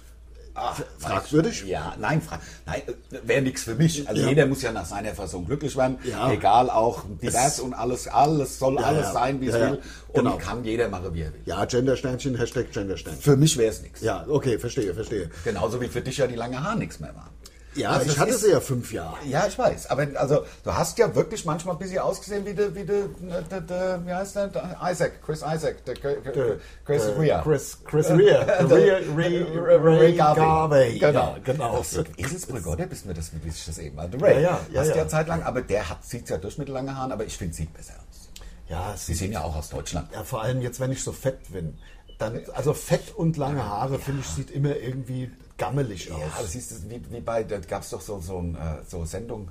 S2: ach,
S1: fragwürdig?
S2: Ja, nein, fra nein wäre nichts für mich. Also
S1: Ja.
S2: jeder muss ja nach seiner Fassung glücklich werden,
S1: Ja.
S2: egal auch divers und alles, alles soll
S1: Ja,
S2: alles
S1: ja.
S2: sein, wie es
S1: Ja, ja.
S2: will. Und
S1: Genau.
S2: kann jeder machen, wie er will.
S1: ja, Gendersternchen, Hashtag Gendersternchen.
S2: Für mich wäre es nichts.
S1: Ja, okay, verstehe, verstehe.
S2: Genauso wie für dich ja die lange Haare nichts mehr waren.
S1: Ja,
S2: Also
S1: ich
S2: es
S1: hatte
S2: ist-
S1: sie ja fünf Jahre.
S2: Ja, ich weiß. Aber also, du hast ja wirklich manchmal ein bisschen ausgesehen wie der, wie der, ne, der, der wie heißt der? Der Isaac, Chris Isaac, der, der, der Chris
S1: Äh,
S2: Rea.
S1: Chris, Chris Rea. Rea, Ray, Ray äh, Garvey.
S2: Genau,
S1: Ja, genau.
S2: Das ist es Brigode, bist mir das, wie ich das eben hatte. Ray,
S1: Ja, ja, ja,
S2: hast ja,
S1: ja.
S2: Zeit lang, aber der hat, sieht ja durch mit langen Haaren, aber ich finde, sieht besser aus.
S1: Ja, es
S2: Die
S1: ist,
S2: sind ja auch aus Deutschland.
S1: ja, vor allem jetzt, wenn ich so fett bin. Dann, also fett und lange Haare, finde ich, sieht immer irgendwie gammelig
S2: Ja,
S1: aus.
S2: das siehst du, wie, wie bei, da gab es doch so, so, ein, äh, so Sendung,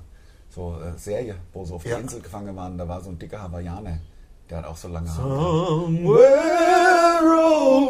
S2: so äh, Serie, wo so auf
S1: Ja.
S2: der Insel gefangen waren, da war so ein dicker Hawaiianer, der hat auch so lange Haare.
S1: Somewhere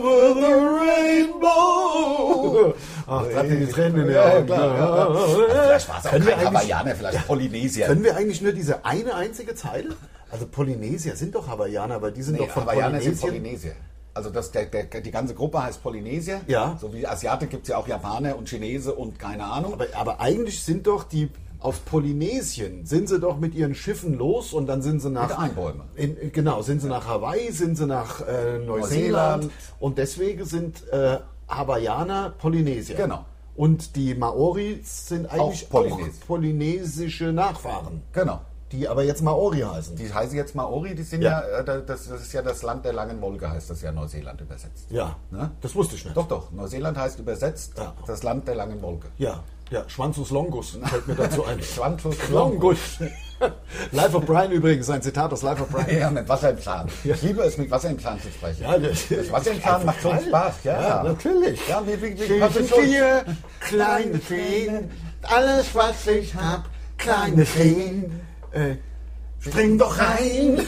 S1: over the rainbow. Ach, da habt ihr die Tränen in der
S2: Ja,
S1: Augen.
S2: klar, ja, ja. Also vielleicht war es auch
S1: Können wir
S2: kein
S1: eigentlich-
S2: Hawaiianer, vielleicht Polynesier.
S1: Können wir eigentlich nur diese eine einzige Zeile? Also Polynesier sind doch Hawaiianer, weil die sind
S2: Nee,
S1: doch von
S2: Hawaiianer sind
S1: Polynesien.
S2: Polynesier. Also das, der, der, die ganze Gruppe heißt Polynesier.
S1: Ja.
S2: So wie Asiate gibt es ja auch Japaner und Chinese und keine Ahnung.
S1: Aber, aber eigentlich sind doch die auf Polynesien sind sie doch mit ihren Schiffen los und dann sind sie
S2: Mit
S1: nach
S2: Einbäumen.
S1: In, genau, sind sie nach Hawaii, sind sie nach äh, Neuseeland
S2: Neuseeland.
S1: und deswegen sind äh, Hawaiianer Polynesier.
S2: Genau.
S1: Und die Maoris sind eigentlich auch,
S2: Polynes-
S1: polynesische Nachfahren,
S2: genau.
S1: die aber jetzt Maori heißen.
S2: Die heißen jetzt Maori, die sind
S1: Ja.
S2: ja, äh, das, das ist ja das Land der langen Wolke, heißt das ja Neuseeland übersetzt.
S1: ja,
S2: Ne?
S1: das wusste ich nicht.
S2: Doch, doch, Neuseeland heißt übersetzt
S1: Ja.
S2: das Land der langen Wolke.
S1: Ja, ja, Schwanzus Longus fällt mir dazu ein.
S2: Schwanzus
S1: Longus. Life of Brian übrigens, ein Zitat aus Life of Brian.
S2: Ja, mit Wasser im Plan. Ich liebe es, mit Wasser im Plan zu sprechen.
S1: Ja, das-
S2: das, Wasser im Plan macht so einen Spaß, ja.
S1: Ja, natürlich.
S2: Ja, wie, wie, wie, was
S1: Schäfchen,
S2: ist so-
S1: vier kleine Feen, alles was ich hab, kleine Feen, äh, spring doch rein,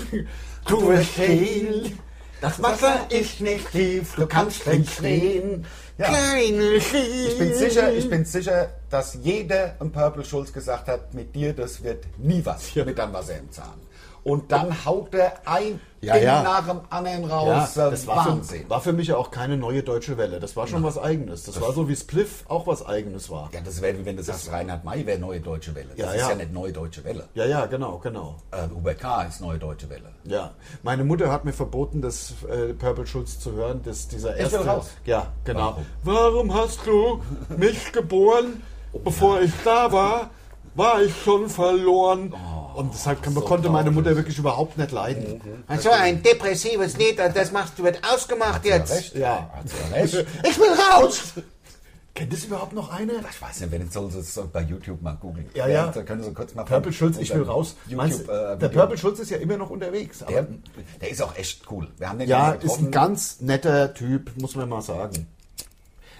S1: tu es still. Das Wasser ist nicht tief, du kannst drin stehen.
S2: Ja.
S1: Kleine Feen.
S2: Ich bin sicher, ich bin sicher, dass jeder im Purple Schulz gesagt hat, mit dir, das wird nie was
S1: Ja.
S2: mit deinem Wasser im Zahn. Und dann haut er ein
S1: Ja,
S2: Ding
S1: ja.
S2: nach dem
S1: Ja,
S2: anderen raus. äh,
S1: das war
S2: Wahnsinn.
S1: für, war für mich ja auch keine neue deutsche Welle. Das war schon was Eigenes. Das, war so wie Spliff auch was Eigenes war.
S2: ja, das wäre, wie wenn du sagst, Reinhard May wäre Neue Deutsche Welle. Das
S1: Ja,
S2: ist
S1: ja.
S2: ja. nicht Neue Deutsche Welle.
S1: Ja, ja, genau, genau.
S2: Äh, Hubert K. ist Neue Deutsche Welle.
S1: Ja, meine Mutter hat mir verboten, das äh, Purple Schulz zu hören, das, dieser erste.
S2: will raus.
S1: Ja, genau.
S2: Warum?
S1: Warum hast du mich geboren, bevor ich da war? War ich schon verloren?
S2: Oh,
S1: Und deshalb kann, konnte meine Mutter wirklich überhaupt nicht leiden.
S2: Mhm.
S4: Und so ein depressives Lied, und das machst du, wird ausgemacht
S2: Hat er
S4: jetzt.
S2: recht?
S1: Ja.
S2: Hat er recht?
S4: Ich will raus!
S1: Kennt das überhaupt noch eine?
S2: Ich weiß nicht, wenn jetzt sollen Sie es bei YouTube mal googeln.
S1: Ja, ja.
S2: Da können Sie kurz mal
S1: Purple Schulz, ich will
S2: unter
S1: raus. Meinst, du,
S2: YouTube, äh,
S1: der
S2: Video.
S1: Purple Schulz ist ja immer noch unterwegs. Aber
S2: der, der ist auch echt cool. Wir haben den
S1: Ja,
S2: mal
S1: ist ein
S2: getroffen.
S1: ganz netter Typ, muss man mal sagen.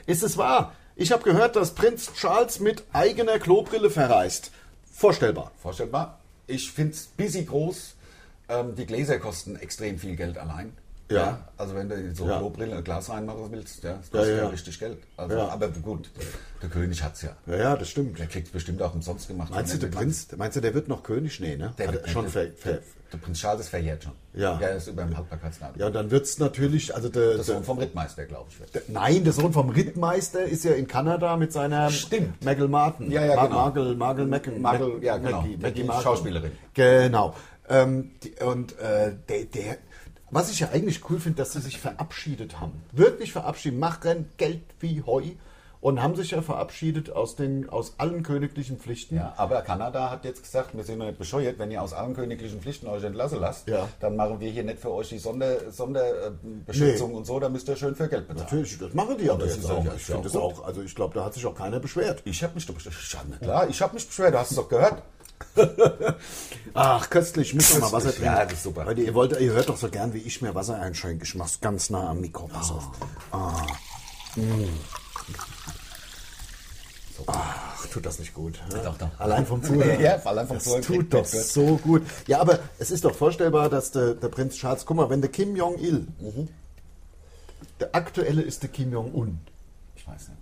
S1: Ist es wahr? Ich habe gehört, dass Prinz Charles mit eigener Klobrille verreist. Vorstellbar.
S2: Vorstellbar. Ich finde es busy groß. Ähm, die Gläser kosten extrem viel Geld allein.
S1: Ja.
S2: also wenn du in so
S1: Ja.
S2: eine Klobrille ein Glas reinmachen willst, ja, das kostet
S1: Ja,
S2: ja,
S1: ja.
S2: richtig Geld. Also,
S1: Ja.
S2: Aber gut, der König hat's ja.
S1: Ja, ja, das stimmt.
S2: Der kriegt bestimmt auch umsonst gemacht.
S1: Meinst du, der Prinz, meinst du, der wird noch König? Nee, ne?
S2: Der
S1: Hat
S2: wird
S1: er schon ver,
S2: der,
S1: ver,
S2: der, der Prinz Charles ist verjährt schon.
S1: Ja.
S2: Der ist über dem Haltbarkeitsdatum.
S1: Ja, und dann wird's natürlich, also der,
S2: Der
S1: der,
S2: Sohn vom Rittmeister, glaube ich. Wird.
S1: Nein, der Sohn vom Rittmeister ist ja in Kanada mit seiner
S2: Stimmt.
S1: Meghan Martin.
S2: Ja, ja,
S1: Ma-
S2: genau.
S1: Margel, Margel, Mac-
S2: Margel,
S1: Mac-
S2: ja, genau.
S1: Mackie,
S2: Die-
S1: Mackie
S2: die
S1: Margel.
S2: Schauspielerin.
S1: Genau. Ähm, die, und äh, der, der, was ich ja eigentlich cool finde, dass sie sich verabschiedet haben. Wirklich verabschieden. Macht rennen Geld wie Heu. Und haben sich ja verabschiedet aus, den, aus allen königlichen Pflichten.
S2: Ja, aber Kanada hat jetzt gesagt, wir sind ja nicht bescheuert, wenn ihr aus allen königlichen Pflichten euch entlassen lasst,
S1: Ja.
S2: dann machen wir hier nicht für euch die Sonder, Sonderbeschützung und so, da müsst ihr schön für Geld bezahlen.
S1: Natürlich, das machen die aber
S2: das
S1: jetzt
S2: ist
S1: auch.
S2: auch-
S1: ich
S2: ist ja
S1: finde das
S2: auch gut.
S1: auch. Also ich glaube, da hat sich auch keiner beschwert.
S2: Ich habe mich doch beschwert. Ich hab- na Klar, ich habe mich beschwert, du hast es doch gehört.
S1: Ach, köstlich, müssen wir mal Wasser
S2: Köstlich,
S1: trinken.
S2: ja, das ist super.
S1: Leute, ihr, wollt, ihr hört doch so gern, wie ich mir Wasser einschenke. Ich mach's ganz nah am Mikro. Pass auf. Ah. Mm. Ach, tut das nicht gut. ne?
S2: Doch, doch.
S1: Allein vom Zuhören.
S2: Ja, allein vom
S1: das
S2: Zuhören
S1: tut
S2: kriegt
S1: doch
S2: man's gut.
S1: so gut. Ja, aber es ist doch vorstellbar, dass der, der Prinz Charles, guck mal, wenn der Kim Jong-il,
S2: Mhm.
S1: der aktuelle ist der Kim Jong-un.
S2: Ich weiß nicht.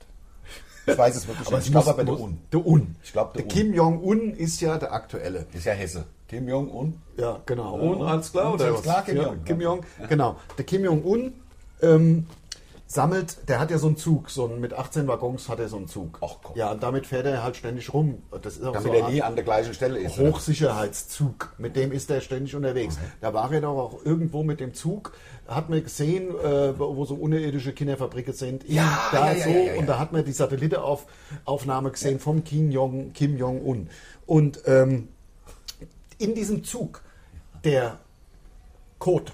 S2: Ich weiß es wirklich nicht. Ich glaube
S1: muss-
S2: aber der
S1: muss-
S2: Un.
S1: Der Un.
S2: Ich glaub, der
S1: der
S2: Un.
S1: Kim Jong-un ist ja der aktuelle.
S2: Ist ja Hesse. Kim Jong-un.
S1: Ja, genau. Und alles
S2: Und
S1: klar, oder?
S2: alles
S1: was?
S2: klar, Kim
S1: ja,
S2: Jong.
S1: Kim Jong, genau. Der Kim Jong-un ähm, sammelt, der hat ja so einen Zug, so einen, mit 18 Waggons hat er so einen Zug.
S2: Ach, komm.
S1: Ja, und damit fährt er halt ständig rum. Das ist auch
S2: Damit
S1: so ah.
S2: er nie an der gleichen Stelle ist. ne?
S1: ein Hochsicherheitszug, mit dem ist er ständig unterwegs. Da war er doch auch irgendwo mit dem Zug, hat man gesehen, äh, wo so unterirdische Kinderfabrike sind. in-
S2: Ja,
S1: da
S2: ja, ja,
S1: so.
S2: ja, ja,
S1: Und da
S2: ja.
S1: hat man die Satellitenaufnahme gesehen vom Kim Jong-un. Kim Jong und ähm, in diesem Zug der Code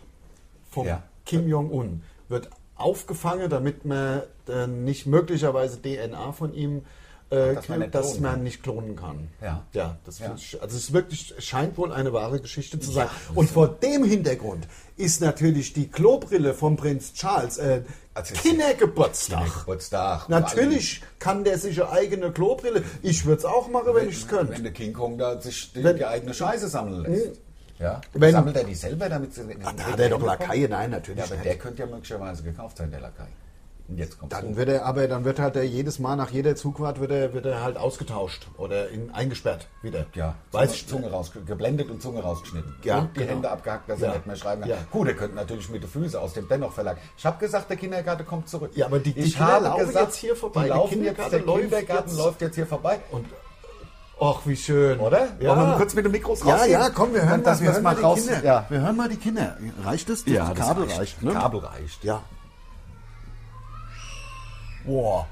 S1: vom
S2: Ja.
S1: Kim Jong-un wird aufgefangen, damit man äh, nicht möglicherweise DNA von ihm äh,
S2: dass man nicht
S1: dass
S2: klonen
S1: man
S2: kann.
S1: nicht klonen kann.
S2: Ja.
S1: ja das
S2: Ja.
S1: finde Ich, also es ist wirklich, es scheint wohl eine wahre Geschichte zu sein. Und vor dem Hintergrund ist natürlich die Klobrille vom Prinz Charles äh,
S2: Also es-
S1: Kindergeburtstag.
S2: Geburtstag.
S1: Natürlich kann der sich eine eigene Klobrille. Ich würde es auch machen, wenn ich es könnte.
S2: Wenn der King Kong da sich die,
S1: Wenn-
S2: die eigene Scheiße sammeln lässt. Ja?
S1: Wenn-
S2: Sammelt er die selber, damit sie... Ah,
S1: da hat er doch Lakaie. Nein, natürlich
S2: Ja, aber
S1: nicht.
S2: der könnte ja möglicherweise gekauft sein, der Lakai. Und jetzt kommt
S1: Dann wird er, aber dann wird halt er jedes Mal nach jeder Zugfahrt wird er, wird er halt ausgetauscht oder in, eingesperrt wieder.
S2: Ja,
S1: weiß
S2: Zunge,
S1: ich
S2: Zunge raus, geblendet und Zunge rausgeschnitten.
S1: Ja,
S2: und die
S1: genau.
S2: Hände abgehackt, dass
S1: Ja.
S2: er nicht mehr schreiben kann.
S1: Ja.
S2: Gut, er könnte natürlich mit den Füßen aus dem Dennoch Verlag. Ich habe gesagt, der Kindergarten kommt zurück.
S1: Ja, aber die- die
S2: ich
S1: Kinder
S2: habe
S1: laufen
S2: gesagt,
S1: jetzt hier vorbei.
S2: Die
S1: Der
S2: laufen
S1: Kindergarten
S2: jetzt, der
S1: läuft
S2: Kindergarten
S1: jetzt-
S2: läuft jetzt hier vorbei.
S1: Ach, wie schön.
S2: Oder?
S1: Ja.
S2: Wollen wir mal kurz mit dem Mikro
S1: Ja,
S2: rausgehen?
S1: ja, komm, wir hören,
S2: Dann, dass
S1: wir
S2: wir's
S1: hören
S2: mal
S1: die
S2: raus-
S1: Kinder.
S2: ja.
S1: Wir hören mal die Kinder. Reicht das? das
S2: das
S1: Kabel reicht, ne?
S2: Kabel reicht.
S1: Ja.
S2: Boah.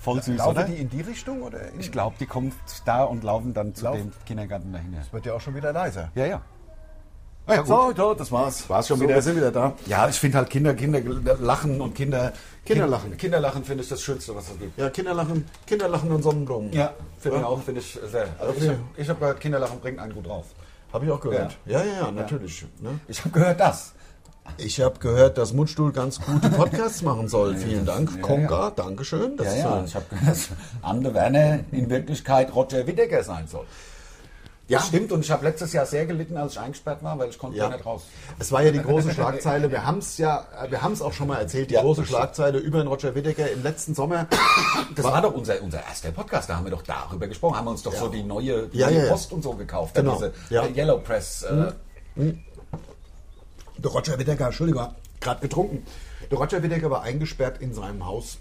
S5: Voll süß,
S2: Laufen
S5: oder?
S2: die in die Richtung oder in
S5: Ich glaube, die kommen da und laufen dann zu
S2: Laufen.
S5: dem Kindergarten dahinter.
S1: Wird ja auch schon wieder leiser.
S5: Ja, ja.
S1: so, so, das war's. War's schon
S2: So,
S1: wieder.
S2: wir
S1: sind wieder da.
S2: Ja, ich finde halt Kinder, Kinder lachen und Kinder.
S1: Kinderlachen.
S2: Kinderlachen finde ich das Schönste, was es gibt.
S1: Ja, Kinderlachen, Kinderlachen und Sonnenblumen.
S2: Ja, finde ich auch, finde ich sehr. Also ich hab- ich habe gehört, Kinderlachen bringt einen gut drauf.
S1: Habe ich auch gehört.
S2: Ja.
S1: ja, ja natürlich. Ne?
S2: Ich habe gehört das.
S1: Ich habe gehört, dass Mundstuhl ganz gute Podcasts machen soll. Vielen Dank, Konga. Dankeschön. Das
S2: Ja,
S1: ist
S2: ja,
S1: so-
S2: ich habe gehört, dass Anne Werner in Wirklichkeit Roger Whittaker sein soll.
S1: Ja.
S2: Das stimmt und ich habe letztes Jahr sehr gelitten, als ich eingesperrt war, weil ich konnte ja. nicht raus.
S1: Es war ja die große Schlagzeile, wir haben es ja, äh, wir haben es auch schon mal erzählt, die
S2: Ja.
S1: große Schlagzeile über den Roger Whittaker im letzten Sommer.
S2: Das war doch unser, unser erster Podcast, da haben wir doch darüber gesprochen, haben wir uns doch so die neue, die
S1: Ja,
S2: neue
S1: ja, ja.
S2: Post und so gekauft,
S1: Genau.
S2: diese
S1: Ja. Mhm.
S2: äh, Yellow Press. Äh,
S1: Der Roger Whittaker, Entschuldigung, gerade getrunken. Der Roger Whittaker war eingesperrt in seinem Haus,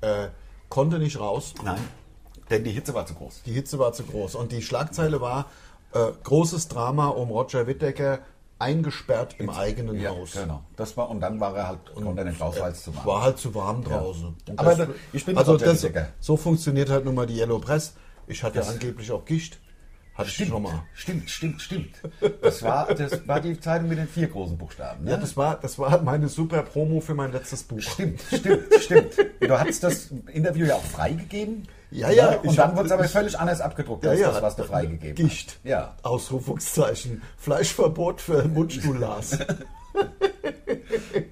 S1: äh, konnte nicht raus.
S2: Nein, denn die Hitze war zu groß.
S1: Die Hitze war zu groß. Und die Schlagzeile war, äh, großes Drama um Roger Whittaker, eingesperrt im eigenen
S2: Ja,
S1: Haus.
S2: genau. Das war, und dann war er halt, konnte er nicht raus, weil es zu warm
S1: War halt zu warm draußen. Und
S2: Aber da- ich bin
S1: also
S2: Roger
S1: das,
S2: Whittaker.
S1: so funktioniert halt nun mal die Yellow Press. Ich hatte ja angeblich auch Gicht. Hatte ich schon mal.
S2: Stimmt, stimmt, stimmt. Das war, das war die Zeitung mit den vier großen Buchstaben. Ne?
S1: Ja, das war, das war meine super Promo für mein letztes Buch.
S2: stimmt, stimmt, stimmt. Du hattest das Interview ja auch freigegeben.
S1: Ja, ja,
S2: Ne? Und
S1: ich
S2: dann
S1: hab-
S2: wurde es aber
S1: ich-
S2: völlig anders abgedruckt als das,
S1: äh,
S2: was du freigegeben
S1: Gicht.
S2: hast. Ja.
S1: Ausrufungszeichen. Fleischverbot für Mundstuhl Lars.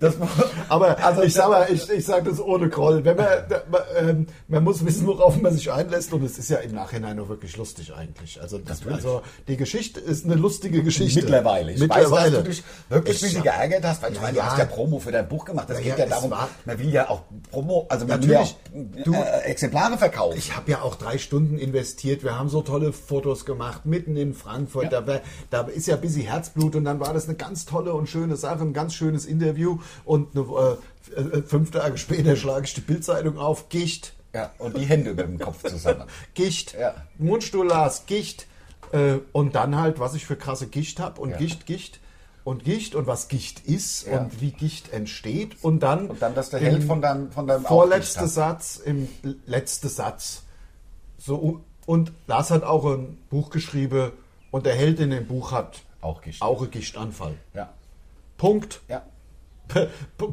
S2: Das war,
S1: Aber
S2: also
S1: ich sag mal, ich, ich sag das ohne Groll. Wenn man, da- man, ähm, man muss wissen, worauf man sich einlässt und es ist ja im Nachhinein nur wirklich lustig eigentlich. Also, das, also die Geschichte ist eine lustige Geschichte.
S2: Mittlerweile. Ich weiß,
S1: Mittlerweile.
S2: dass du dich wirklich ein
S1: Ich-
S2: bisschen geärgert hast, weil ich
S1: Ja,
S2: meine,
S1: ja.
S2: du hast ja Promo für dein Buch gemacht. Das
S1: Ja,
S2: geht
S1: ja,
S2: ja,
S1: es
S2: darum,
S1: war-
S2: man will ja auch Promo, also man
S1: Natürlich.
S2: will ja auch äh, Exemplare verkaufen.
S1: Ich habe ja auch drei Stunden investiert. Wir haben so tolle Fotos gemacht, mitten in Frankfurt. Da, war, da ist ja busy Herzblut und dann war das eine ganz tolle und schöne Sache, ein ganz schönes Interview. Und eine, äh, äh, fünf Tage später schlage ich die Bildzeitung auf. Gicht,
S2: ja, und die Hände über dem Kopf zusammen.
S1: Gicht,
S2: Ja.
S1: Mundstuhl las, Gicht. Äh, und dann halt, was ich für krasse Gicht habe und
S2: Ja.
S1: Gicht, Gicht. Und Gicht und was Gicht ist
S2: Ja.
S1: und wie Gicht entsteht und dann,
S2: Und dann, dass der
S1: im
S2: Held von deinem, von deinem
S1: vorletzte
S2: Auflicht
S1: Satz im letzte Satz. So, und Lars hat auch ein Buch geschrieben und der Held in dem Buch hat
S2: Auch Gicht.
S1: auch einen Gichtanfall.
S2: hat.
S1: Punkt.
S2: Ja, ja.
S1: P- P-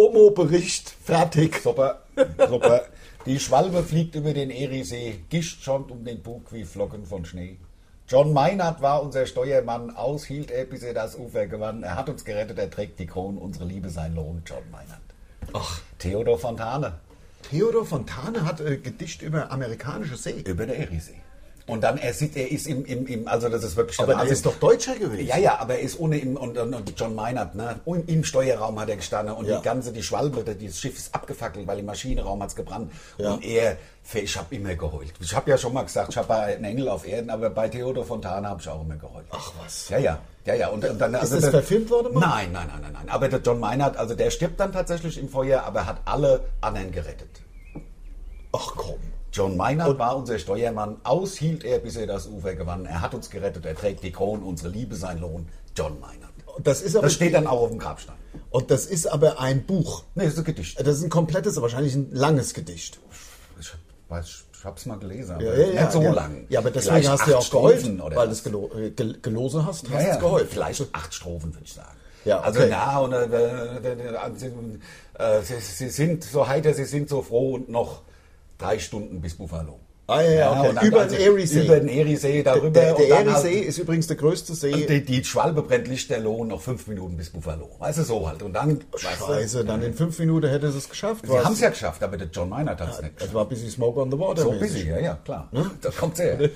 S1: Buchpromo-Bericht fertig.
S2: Super, super. Die Schwalbe fliegt über den Eriesee, Gischt schäumt um den Bug wie Flocken von Schnee. John Meinert war unser Steuermann, aushielt er, bis er das Ufer gewann. Er hat uns gerettet, er trägt die Krone, unsere Liebe sein Lohn, John Meinert. Ach. Theodor Fontane
S1: Theodor Fontane hat ein Gedicht über amerikanische See.
S2: über der Eriesee. Und dann, er sieht, er ist im, im, im also das ist wirklich der
S1: Aber das
S2: Wahnsinn.
S1: ist doch Deutscher gewesen.
S2: Ja, ja, aber er ist ohne im, und, und, und John Meinert, ne? Und Im Steuerraum hat er gestanden und
S1: Ja.
S2: die ganze, die Schwalbe, die- dieses Schiff ist abgefackelt, weil im Maschinenraum hat's gebrannt.
S1: Ja.
S2: Und er, ich habe immer geheult. Ich habe ja schon mal gesagt, ich habe einen Engel auf Erden, aber bei Theodor Fontane habe ich auch immer geheult. Ach
S1: was.
S2: Ja, ja. Ja, ja, und, und dann, ist
S1: das verfilmt worden mal?
S2: Nein, nein, nein, nein, nein. Aber der John Meinert, also der stirbt dann tatsächlich im Feuer, aber hat alle anderen gerettet.
S1: Ach komm.
S2: John Meinert war unser Steuermann. Aushielt er, bis er das Ufer gewann. Er hat uns gerettet. Er trägt die Krone. Unsere Liebe sein Lohn. John Meinert.
S1: Das ist aber,
S2: Das steht dann auch auf dem Grabstein.
S1: und das ist aber ein Buch.
S2: Nee, das ist ein Gedicht.
S1: Das ist ein komplettes, wahrscheinlich ein langes Gedicht.
S2: Ich weiß, ich hab's mal gelesen, aber
S1: Ja, ja, ja,
S2: nicht so
S1: ja.
S2: lang.
S1: Ja, aber deswegen
S2: Vielleicht
S1: hast du ja
S2: acht
S1: auch geholfen,
S2: Strophen oder
S1: weil du
S2: was.
S1: es gelo äh, gel gelose hast, hast
S2: ja,
S1: du
S2: ja.
S1: es geholfen.
S2: Vielleicht acht Strophen, würde ich sagen.
S1: Ja,
S2: Also
S1: okay.
S2: na, und, äh, äh, äh, äh, sie, äh, sie, sie sind so heiter, sie sind so froh und noch drei Stunden bis Buffalo. Ah, ja,
S1: okay.
S2: und dann
S1: Über den Eriesee.
S2: Über den Eriesee, darüber.
S1: Der, der
S2: und dann
S1: Eriesee
S2: halt-
S1: ist übrigens der größte See.
S2: die, die Schwalbe brennt Lichterloh und noch fünf Minuten bis Buffalo. Weißt du, so halt. Und dann, weißt du,
S1: Scheiße, dann in fünf Minuten hätte sie es geschafft.
S2: sie haben es ja geschafft, aber der John Maynard hat es nicht
S1: Es
S2: geschafft.
S1: war ein bisschen Smoke on the Water.
S2: So
S1: mäßig.
S2: busy, ja, ja, klar. Ne? Da kommt's her.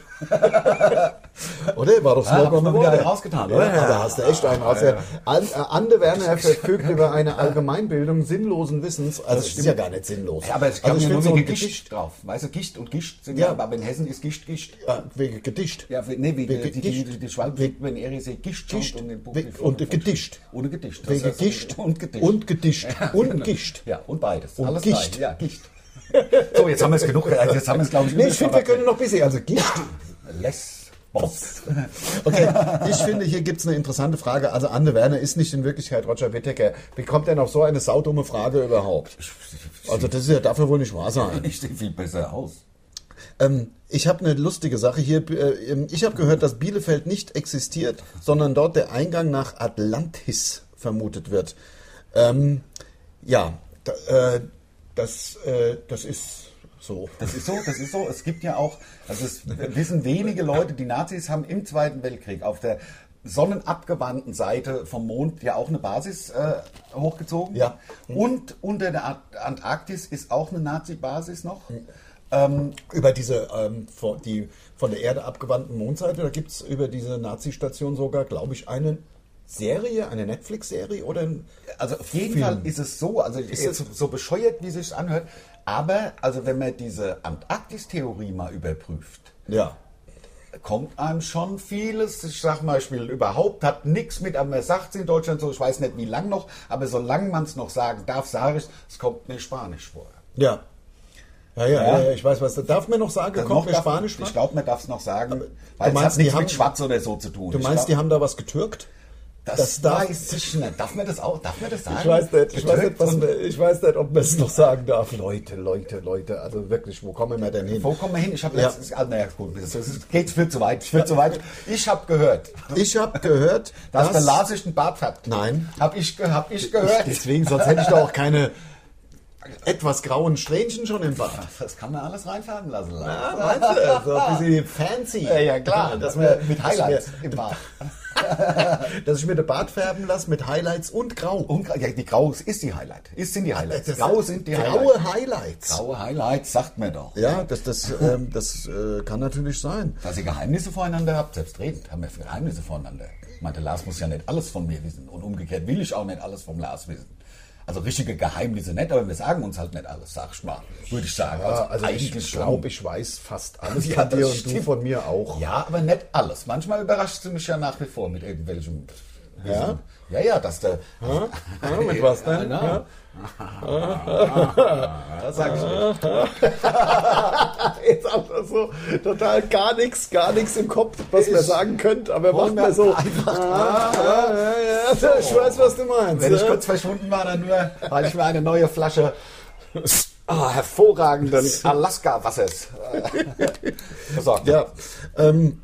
S1: Oder? War doch
S2: Ah,
S1: Smoke
S2: hab
S1: on
S2: mal
S1: the
S2: wieder
S1: Wander.
S2: einen rausgetan,
S1: ja,
S2: oder?
S1: Ja, da hast du echt einen raus. Ja. An- äh, Ande Werner verfügt über eine Allgemeinbildung sinnlosen Wissens. Also, es ist ja gar nicht sinnlos.
S2: Ja, aber es kam
S1: also, ich
S2: ja
S1: finde
S2: nur
S1: so
S2: wegen
S1: ein
S2: Gischt
S1: Gedicht,
S2: drauf. Weißt du, Gischt und Gischt sind
S1: Ja.
S2: ja, aber in Hessen ist Gischt, Gischt.
S1: äh, wegen Gedicht.
S2: Ja, we- nee, wegen
S1: Wegen
S2: die, die,
S1: Gischt.
S2: die, die Schwalbe
S1: Wegen-
S2: wegen, wenn Eriesee Gischt,
S1: Gischt.
S2: kommt und den Buch
S1: Wegen- und Gedicht.
S2: Ohne Gedicht. Das
S1: Wegen
S2: heißt,
S1: Gischt
S2: Und Gedicht.
S1: Und Gedicht. Und Gischt.
S2: ja, und beides.
S1: Und
S2: Alles
S1: Gischt.
S2: Gischt. Ja, Gischt. So, jetzt haben wir es genug. Also Jetzt haben wir es, glaube ich,
S1: Nee, ich finde, wir
S2: überschaubar.
S1: können noch ein bisschen. Also, Gischt.
S2: Less Boss.
S1: Okay, ich finde, hier gibt es eine interessante Frage. Also Anne Werner ist nicht in Wirklichkeit Roger Whittaker. Wie kommt denn auf so eine saudumme Frage überhaupt? Also das ist ja dafür wohl nicht wahr sein.
S2: Ich sehe viel besser aus.
S1: Ähm, ich habe eine lustige Sache hier. Äh, Ich habe gehört, dass Bielefeld nicht existiert, sondern dort der Eingang nach Atlantis vermutet wird. Ähm, ja, da, äh, das, äh, das ist so.
S2: Das ist so, das ist so. Es gibt ja auch, also es wissen wenige Leute, die Nazis haben im Zweiten Weltkrieg auf der sonnenabgewandten Seite vom Mond ja auch eine Basis äh, hochgezogen.
S1: Ja.
S2: Und unter der Ant- Antarktis ist auch eine Nazi-Basis noch.
S1: Über diese ähm, von, die von der Erde abgewandten Mondseite, da gibt es über diese Nazi-Station sogar, glaube ich, eine Serie, eine Netflix-Serie oder ein
S2: Also auf jeden
S1: Film.
S2: Fall ist es so, also ist
S1: es-
S2: es so bescheuert, wie es sich anhört. Aber also wenn man diese Antarktis-Theorie mal überprüft,
S1: Ja.
S2: kommt einem schon vieles. Ich sag mal, Spiel überhaupt hat nichts mit, aber man sagt in Deutschland so, ich weiß nicht wie lang noch, aber solange man es noch sagen darf, sage ich es, kommt mir Spanisch vor.
S1: Ja. Ja, ja, ja,
S2: Ja.
S1: ja, ich weiß was. Darf mir noch sagen, kommt mir
S2: darf-
S1: Spanisch
S2: Ich
S1: vor?
S2: glaube, man darf es noch sagen, weil es
S1: meinst,
S2: hat
S1: die
S2: nichts
S1: haben-
S2: mit Schwarz oder so zu tun.
S1: Du meinst, die haben da was getürkt?
S2: das,
S1: das darf-
S2: weiß ich nicht. Darf man das auch? Darf man das sagen?
S1: Ich weiß nicht, ich weiß nicht,
S2: Getürkt
S1: was,
S2: und-
S1: man- ich weiß nicht ob man es noch sagen darf. Leute, Leute, Leute, also wirklich, wo kommen wir denn hin?
S2: Wo kommen wir hin? Ich habe
S1: Ja.
S2: letztens. Ah, naja, gut, das ist, geht viel zu weit. Viel zu weit. Ich habe gehört,
S1: Ich habe gehört,
S2: dass der
S1: dass...
S2: Lars sich einen Bart hat.
S1: Nein.
S2: Habe ich, ge- hab ich gehört.
S1: Deswegen, sonst hätte ich da auch keine etwas grauen Strähnchen schon im Bart.
S2: Das kann man alles reinfärben lassen. Lars.
S1: Ja, Ah, meinst du? So ein bisschen fancy.
S2: Ja, ja, klar,
S1: Dass,
S2: das
S1: wir,
S2: wär Äh, mit Highlights im Bad.
S1: dass ich mir den Bart färben lasse mit Highlights und Grau.
S2: Und ja, die Graus ist die Highlight. Ist sind die Highlights.
S1: Das-
S2: Grau sind die
S1: graue
S2: Highlights.
S1: Highlights.
S2: Graue Highlights, sagt mir doch.
S1: Ja, das, das, ähm, das äh, kann natürlich sein.
S2: Dass ihr Geheimnisse voreinander habt, selbstredend haben wir Geheimnisse voreinander. Ich meine, der Lars muss ja nicht alles von mir wissen. Und umgekehrt will ich auch nicht alles vom Lars wissen. Also richtige Geheimnisse nicht, aber wir sagen uns halt nicht alles, sag ich mal. Würde ich sagen.
S1: Ja, also ich
S2: schon.
S1: glaube, ich weiß fast alles
S2: Ja,
S1: von
S2: das
S1: dir und du
S2: stimmt.
S1: von mir auch.
S2: Ja, aber nicht alles. Manchmal überrascht sie mich ja nach wie vor mit irgendwelchem.
S1: Ja?
S2: Ja, ja, dass der.
S1: Ja, mit was denn?
S2: genau.
S1: Ja.
S2: Das sag ich nicht.
S1: Jetzt auch noch so total gar nichts, gar nichts im Kopf, was man sagen könnte, aber macht
S2: wollen
S1: man
S2: wir
S1: so.
S2: einfach-
S1: Ah, ja, ja, ja, Ich weiß, was du meinst.
S2: Wenn ich
S1: ja.
S2: kurz verschwunden war, dann nur, weil ich mir eine neue Flasche ah, hervorragenden Alaska-Wassers äh, besorgt habe.
S1: Ja. Ähm,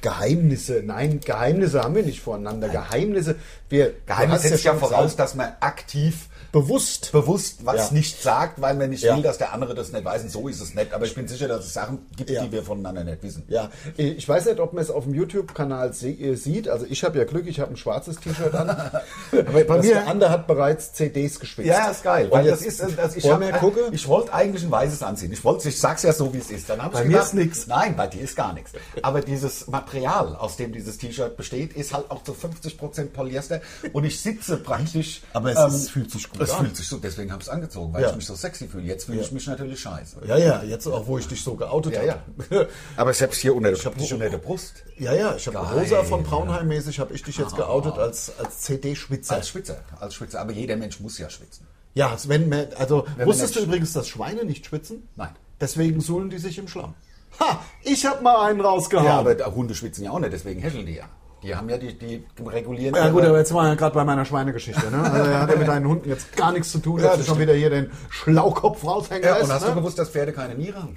S1: Geheimnisse, nein, Geheimnisse haben wir nicht voneinander. Geheimnisse, wir
S2: Geheimnis
S1: du hast
S2: setzt ja
S1: schon
S2: voraus,
S1: gesagt,
S2: dass man aktiv
S1: bewusst.
S2: bewusst
S1: Ja.
S2: was nicht sagt, weil man nicht
S1: Ja.
S2: will, dass der andere das nicht weiß. Und so ist es nicht. Aber ich bin sicher, dass es Sachen gibt,
S1: Ja.
S2: die wir voneinander nicht wissen.
S1: Ja, ich weiß nicht, ob man es auf dem YouTube-Kanal se- äh, sieht. Also ich habe ja Glück, ich habe ein schwarzes T-Shirt an. Aber bei
S2: mir-
S1: Der andere hat bereits CDs geschwitzt.
S2: Ja, ist geil.
S1: Weil
S2: Weil
S1: jetzt,
S2: das ist, äh, das, ich,
S1: wollen
S2: hab,
S1: wir gucken?
S2: ich wollte eigentlich ein weißes anziehen. Ich wollte, ich sag's ja so, wie es ist. Dann hab
S1: Bei
S2: ich
S1: mir
S2: gedacht,
S1: ist nix.
S2: Nein, bei dir ist gar nichts. Aber dieses Material, aus dem dieses T-Shirt besteht, ist halt auch zu 50 Polyester. Und ich sitze praktisch. ähm,
S1: Aber es ist- fühlt sich gut
S2: es
S1: an.
S2: fühlt sich so. Deswegen habe ich es angezogen, weil
S1: Ja.
S2: ich mich so sexy fühle. Jetzt fühle ich mich natürlich scheiße.
S1: ja, ja, jetzt auch, wo ich dich so geoutet
S2: Ja,
S1: habe.
S2: ja. Aber ich hab's hier unter, ich
S1: hab
S2: hab
S1: dich
S2: dich unter der Brust.
S1: Ja, ja, ich habe
S2: Geil. Ah.
S1: Rosa von Braunheim mäßig, habe ich dich jetzt geoutet als, als CD-Schwitzer.
S2: Als Schwitzer, als Schwitzer. Aber jeder Mensch muss ja schwitzen.
S1: Ja, also wenn man, also
S2: Wenn man
S1: wusstest du
S2: nicht-
S1: übrigens, dass Schweine nicht schwitzen?
S2: Nein.
S1: Deswegen suhlen die sich im Schlamm. Ha, ich habe mal einen rausgehauen.
S2: Ja, aber Hunde schwitzen ja auch nicht, deswegen häscheln die ja. Die haben ja die, die regulieren.
S1: Ja
S2: ihre-
S1: gut, aber jetzt waren wir ja gerade bei meiner Schweinegeschichte. Ne? Also er hat ja mit deinen Hunden jetzt gar nichts zu tun.
S2: Ja,
S1: Ja,
S2: das
S1: schon
S2: stimmt.
S1: wieder hier den Schlaukopf raushängen
S2: Ja,
S1: lässt.
S2: und hast
S1: ne?
S2: du gewusst, dass Pferde keine Niere haben?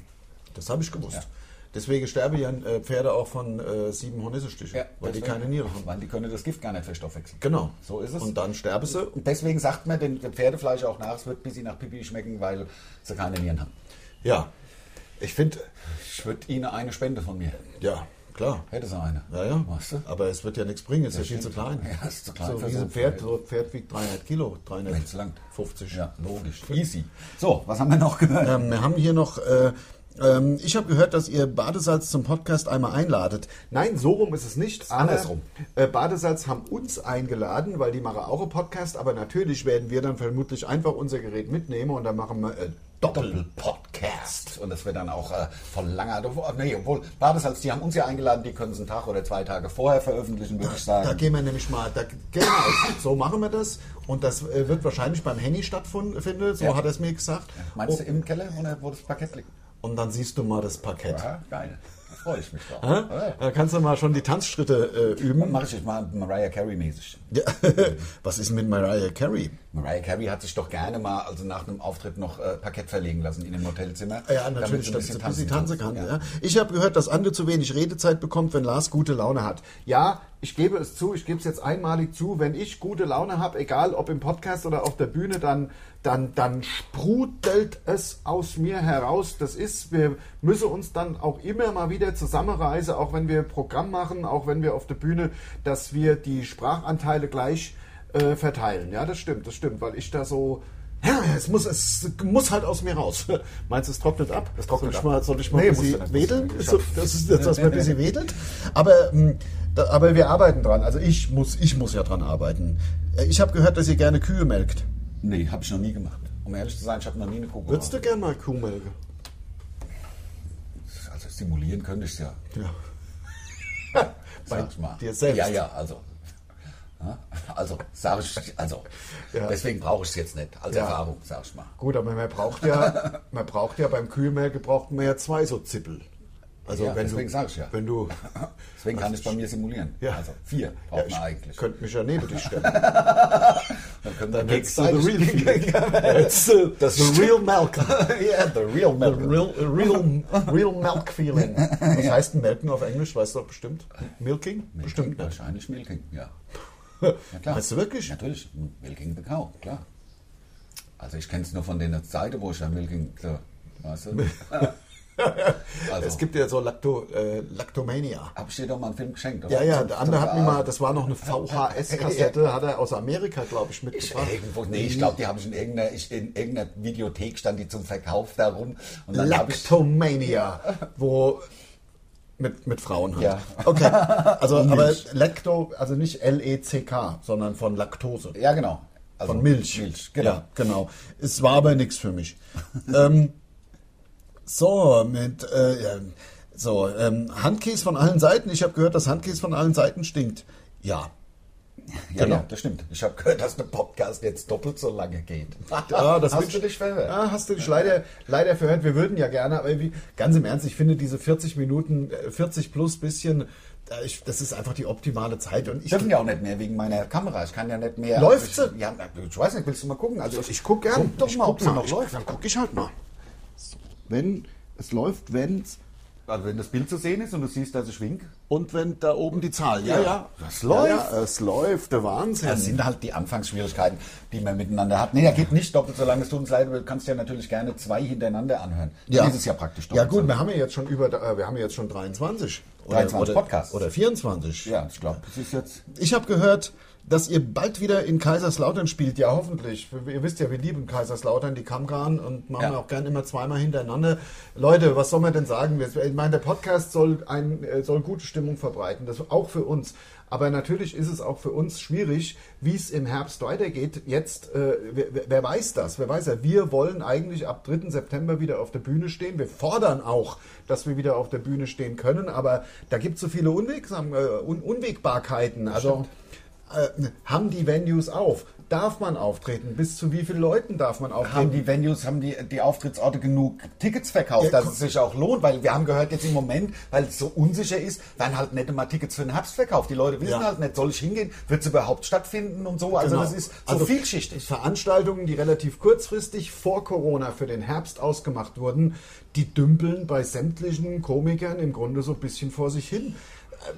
S1: Das habe ich gewusst. Deswegen sterben ja äh, Pferde auch von äh, sieben Hornissenstichen, weil die keine Niere haben.
S2: Weil die können das Gift gar nicht verstoffwechseln.
S1: Genau.
S2: So ist es.
S1: Und dann sterben sie.
S2: Und deswegen sagt man dem dem Pferdefleisch auch nach, es wird bis sie nach Pipi schmecken, weil sie keine Nieren haben.
S1: Ja, ich finde,
S2: Ich würde Ihnen eine Spende von mir.
S1: ja, klar.
S2: Hätte sie eine.
S1: Ja, ja.
S2: Weißt du?
S1: Aber es wird ja nichts bringen, es ist ja viel zu
S2: stimmt.
S1: klein.
S2: Ja, ist zu klein
S1: So
S2: für
S1: wie so
S2: so
S1: ein
S2: ein
S1: Pferd, so ein Pferd wiegt 300 Kilo, 300,
S2: Wenn's langt.
S1: 50.
S2: Ja, logisch.
S5: Easy. So, was haben wir noch gehört?
S1: Ähm, wir haben hier noch, äh, ähm, ich habe gehört, dass ihr Badesalz zum Podcast einmal einladet. Nein, so rum ist es nicht. aber,
S2: andersrum.
S1: Äh, Badesalz haben uns eingeladen, weil die machen auch einen Podcast, aber natürlich werden wir dann vermutlich einfach unser Gerät mitnehmen und dann machen wir äh, Doppel.
S2: Doppelpodcast. Und das wird dann auch äh, von langer. oh, Nee, obwohl, Badesalz, die haben uns ja eingeladen, die können es einen Tag oder zwei Tage vorher veröffentlichen, würde ich
S1: Da
S2: sagen.
S1: gehen wir nämlich mal, da, genau, so machen wir das. Und das äh, wird wahrscheinlich beim Henny stattfinden, so
S2: Ja.
S1: hat er es mir gesagt.
S2: Meinst du
S1: Oh.
S2: im Keller, oder wo das Parkett liegt?
S1: Und dann siehst du mal das Parkett.
S2: Ja, geil. Da freue ich mich drauf.
S1: Hä? Da kannst du mal schon die Tanzschritte äh, üben.
S2: Mache ich jetzt mal Mariah Carey-mäßig.
S1: Ja. Was ist mit Mariah Carey?
S2: Mariah Carey hat sich doch gerne mal, also nach einem Auftritt noch äh, Parkett verlegen lassen in dem Hotelzimmer.
S1: Ah Ja,
S2: damit
S1: natürlich,
S2: sie ein
S1: dass sie
S2: bisschen
S1: ein bisschen tanzen
S2: tanzen kann.
S1: kann. Ja. Ich habe gehört, dass Ande zu wenig Redezeit bekommt, wenn Lars gute Laune hat. Ja, ich gebe es zu, ich gebe es jetzt einmalig zu, wenn ich gute Laune habe, egal ob im Podcast oder auf der Bühne, dann, dann, dann sprudelt es aus mir heraus. Das ist, wir müssen uns dann auch immer mal wieder zusammenreißen, auch wenn wir Programm machen, auch wenn wir auf der Bühne, dass wir die Sprachanteile gleich äh, verteilen. Ja, das stimmt, das stimmt, weil ich da so. Ja, es muss, es muss halt aus mir raus. Meinst du, es trocknet ab? Es trocknet soll ich mal, soll ich mal
S2: Nee,
S1: ein
S2: musst du
S1: bisschen
S2: nicht.
S1: wedeln? So, das ist jetzt, dass man ein bisschen wedelt. Aber, ähm, da, aber wir arbeiten dran. Also ich muss, ich muss ja dran arbeiten. Äh, Ich habe gehört, dass ihr gerne Kühe melkt.
S2: Nee, habe ich noch nie gemacht. Um ehrlich zu sein, ich habe noch nie eine Kuh
S1: Würdest
S2: gemacht.
S1: du gerne mal Kuh melken?
S2: Also simulieren könnte ich ja.
S1: Ja.
S2: Sag mal.
S1: dir selbst.
S2: Ja, ja, also. Ja, Also, sag ich, also.
S1: Ja.
S2: Deswegen brauche ich es jetzt nicht. Als
S1: Ja.
S2: Erfahrung, sag ich mal.
S1: Gut, aber man braucht ja, man braucht ja beim Kühlmelken braucht man ja zwei so Zippel. Also
S2: Ja,
S1: wenn
S2: deswegen
S1: du,
S2: sag ich ja.
S1: wenn du,
S2: Deswegen kann ich es bei mir simulieren.
S1: Ja.
S2: Also vier
S1: ja,
S2: braucht man
S1: ich
S2: eigentlich.
S1: könnte mich ja neben dich stellen.
S2: Dann können wir
S1: That's the real
S2: gegenseitig-
S1: feeling. That's the,
S2: Das
S1: the real Malcolm.
S2: Yeah, the real
S1: The
S2: Malcolm.
S1: real, real, real milk feeling. Was heißt denn melken auf Englisch? Weißt du doch bestimmt. Milking? Bestimmt nicht.
S2: Wahrscheinlich Milking, ja. ja
S1: Meinst du wirklich?
S2: Natürlich, Milking the Cow, klar. Also ich kenne es nur von der Seite, wo ich ja Milking, so, weißt du? also,
S1: Es gibt ja so Lacto, äh, Lactomania.
S2: hab ich dir doch mal einen Film geschenkt, oder?
S1: Ja, ja,
S2: Zum-
S1: der andere
S2: zum
S1: hat mir mal,
S2: Verarbeiten.
S1: das war noch eine VHS-Kassette, hat er aus Amerika, glaube ich, mitgebracht.
S2: Irgendwo, nee, ich glaube, die haben ich in irgendeiner, ich, in irgendeiner Videothek stand die zum Verkauf da rum. Und dann hab ich,
S1: Lactomania, wo mit, mit Frauen halt.
S2: Ja.
S1: Okay. Also, aber Lacto, also nicht L-E-C-K, sondern von Laktose.
S2: ja, genau. Also
S1: Von Milch.
S2: Milch, genau.
S1: Ja, genau. Es war aber nichts für mich. ähm, so, mit äh, ja, so, ähm, Handkäse von allen Seiten. Ich habe gehört, dass Handkäse von allen Seiten stinkt. Ja.
S2: Ja,
S1: Genau.
S2: ja, das stimmt. Ich habe gehört, dass der Podcast jetzt doppelt so lange geht.
S1: Ja, das
S2: Ah, Hast
S1: wünsch-
S2: du dich verhört?
S1: Ja, hast du dich leider, leider verhört. Wir würden ja gerne, aber irgendwie, ganz im Ernst, ich finde diese 40 Minuten, äh, 40 plus bisschen, äh, ich, das ist einfach die optimale Zeit. Und ich,
S2: Ich dürfen ja auch nicht mehr wegen meiner Kamera. Ich kann ja nicht mehr.
S1: Läuft
S2: also ich,
S1: sie?
S2: Ja, ich weiß nicht, willst du mal gucken? Also ich,
S1: guck gern.
S2: Guck doch
S1: ich
S2: mal,
S1: guck
S2: ob sie
S1: mal.
S2: noch
S1: Ich-
S2: läuft.
S1: Dann gucke ich halt mal. Wenn es läuft, wenn's
S5: Also wenn das Bild zu sehen ist und du siehst, dass ich wink.
S1: und wenn da oben die Zahl. Ja,
S2: Ja.
S1: ja.
S2: Das läuft.
S1: Ja, ja, es läuft. Der Wahnsinn.
S2: Das sind halt die Anfangsschwierigkeiten, die man miteinander hat. Nee, er geht nicht doppelt so lange. Es tut uns leid, aber du kannst ja natürlich gerne zwei hintereinander anhören. Dann ist es ja praktisch
S1: Ja
S2: doppelt
S1: gut,
S2: so.
S1: wir haben ja jetzt schon über, äh, wir haben ja jetzt schon 23.
S2: 23
S1: oder,
S2: Podcasts.
S1: Oder 24.
S2: Ja, ich glaube, das ist jetzt.
S1: Ich habe gehört, dass ihr bald wieder in Kaiserslautern spielt. Ja, hoffentlich. Ihr wisst ja, wir lieben Kaiserslautern, die Kammgarn und machen
S2: Ja.
S1: auch gern immer zweimal hintereinander. Leute, was soll man denn sagen? Wir- Ich meine, der Podcast soll, ein, äh, soll gute Stimmung verbreiten, das auch für uns. Aber natürlich ist es auch für uns schwierig, wie es im Herbst weitergeht. Jetzt, äh, wer, wer- wer weiß das? Wer weiß ja, wir wollen eigentlich ab 3. September wieder auf der Bühne stehen. Wir fordern auch, dass wir wieder auf der Bühne stehen können. Aber da gibt es so viele Unwegsam äh, Un Unwägbarkeiten. Also äh, haben die Venues auf? Darf man auftreten? Bis zu wie vielen Leuten darf man auftreten?
S2: Haben die Venues, haben die, die Auftrittsorte genug Tickets verkauft,
S1: Ja,
S2: dass es sich auch lohnt? Weil wir haben gehört jetzt im Moment, weil es so unsicher ist, werden halt nicht immer Tickets für den Herbst verkauft. Die Leute wissen
S1: Ja.
S2: halt nicht, soll ich hingehen? Wird es überhaupt stattfinden und so? Also
S1: Genau.
S2: das ist so vielschichtig.
S1: Veranstaltungen, die relativ kurzfristig vor Corona für den Herbst ausgemacht wurden, die dümpeln bei sämtlichen Komikern im Grunde so ein bisschen vor sich hin.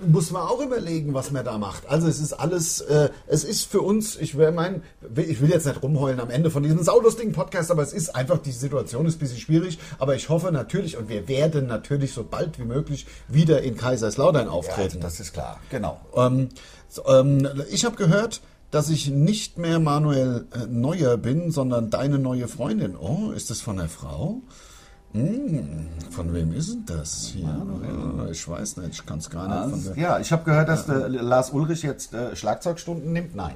S1: Äh, muss man auch überlegen, was man da macht. Also es ist alles, äh, es ist für uns, ich will, mein, ich will jetzt nicht rumheulen am Ende von diesem saulustigen Podcast, aber es ist einfach, die Situation ist ein bisschen schwierig, aber ich hoffe natürlich und wir werden natürlich so bald wie möglich wieder in Kaiserslautern
S2: Ja, also
S1: auftreten.
S2: das ist klar, genau.
S1: ähm, so, ähm, ich habe gehört, dass ich nicht mehr Manuel äh, Neuer bin, sondern deine neue Freundin. Oh, ist das von der Frau? Hm, von wem ist denn das? Ja, ich weiß nicht, ich kann es gar
S2: Ah,
S1: nicht. Von
S5: Also,
S1: der
S5: ja, ich habe gehört, dass der Lars Ulrich jetzt äh, Schlagzeugstunden nimmt. Nein.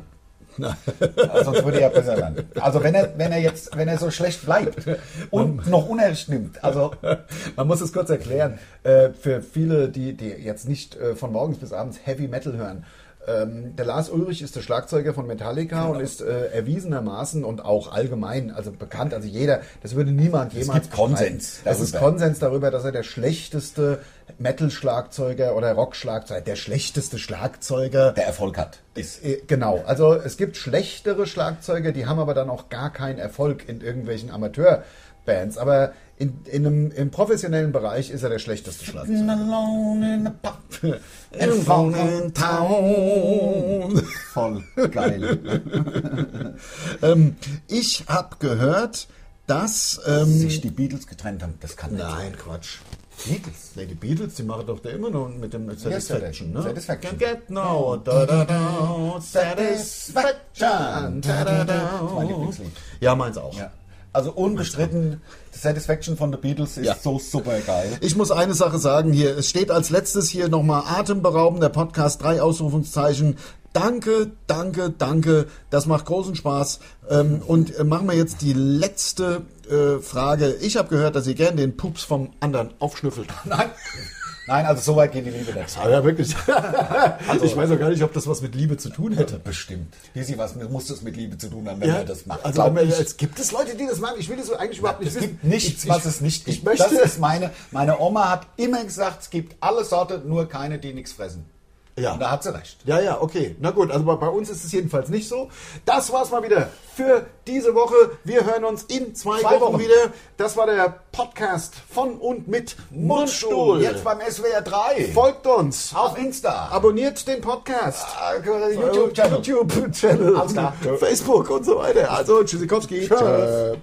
S2: Also Sonst würde er besser landen. Also wenn er, wenn er jetzt, wenn er so schlecht bleibt und noch Unrecht nimmt, also
S1: Man muss es kurz erklären, äh, für viele, die, die jetzt nicht äh, von morgens bis abends Heavy Metal hören. Ähm, der Lars Ulrich ist der Schlagzeuger von Metallica
S2: Genau.
S1: und ist äh, erwiesenermaßen und auch allgemein, also bekannt, also jeder, das würde niemand jemals.
S2: gibt Konsens
S1: bestreiten. Es ist
S2: darüber.
S1: Konsens darüber, dass er der schlechteste Metal-Schlagzeuger oder Rock-Schlagzeuger, der schlechteste Schlagzeuger
S2: der Erfolg hat. Ist.
S1: äh, Genau, also es gibt schlechtere Schlagzeuger, die haben aber dann auch gar keinen Erfolg in irgendwelchen Amateurbands. Aber in, in einem, im professionellen Bereich ist er der schlechteste Schlagzeuger.
S2: Alone in a pub.
S5: Voll geil.
S1: ähm, ich habe gehört, dass... Ähm,
S2: Sich die Beatles getrennt haben, das kann nicht.
S1: nein, Quatsch.
S2: Beatles.
S1: Nee, die Beatles, die machen doch da immer noch mit dem Satisfaction, ne?
S2: Satisfaction.
S1: Can't Get no, da, da, da, Satisfaction. Da, da, da.
S2: Mein Lieblingslied.
S1: Ja, meins auch.
S2: Ja. Also unbestritten, die Satisfaction von The Beatles ist
S1: Ja.
S2: so super geil.
S1: Ich muss eine Sache sagen hier. Es steht als letztes hier nochmal atemberaubender Podcast, drei Ausrufungszeichen. Danke, danke, danke. Das macht großen Spaß. Ähm, und äh, machen wir jetzt die letzte äh, Frage. Ich habe gehört, dass ihr gern den Pups vom anderen aufschnüffelt.
S2: Nein. Nein, also so weit geht die Liebe nicht.
S1: Ah ja, wirklich. Also, ich weiß auch gar nicht, ob das was mit Liebe zu tun hätte.
S2: Bestimmt. Lisi, was muss das mit Liebe zu tun haben, wenn er das macht?
S1: also
S2: Glaub
S1: wenn
S2: ich.
S1: wir- es gibt es Leute, die das machen. Ich will das eigentlich überhaupt nicht
S2: Es
S1: wissen.
S2: gibt nichts,
S1: Ich-
S2: was
S1: ich-
S2: es nicht gibt.
S1: Ich möchte
S2: das ist meine, meine Oma hat immer gesagt, es gibt alle Sorten, nur keine, die nichts fressen.
S1: Ja.
S2: Und da hat sie recht.
S1: Ja, ja, okay. Na gut, also bei, bei uns ist es jedenfalls nicht so. Das war's mal wieder für diese Woche. Wir hören uns in zwei,
S2: Zwei
S1: Wochen,
S2: Wochen.
S1: wieder. Das war der Podcast von und mit Mundstuhl.
S2: Jetzt beim SWR 3.
S1: Folgt uns.
S2: auf Insta.
S1: Abonniert den Podcast.
S2: Ah, YouTube-Channel.
S1: YouTube-Channel.
S2: Alles klar.
S1: Facebook und so weiter. Also, Tschüssikowski.
S2: Tschüss.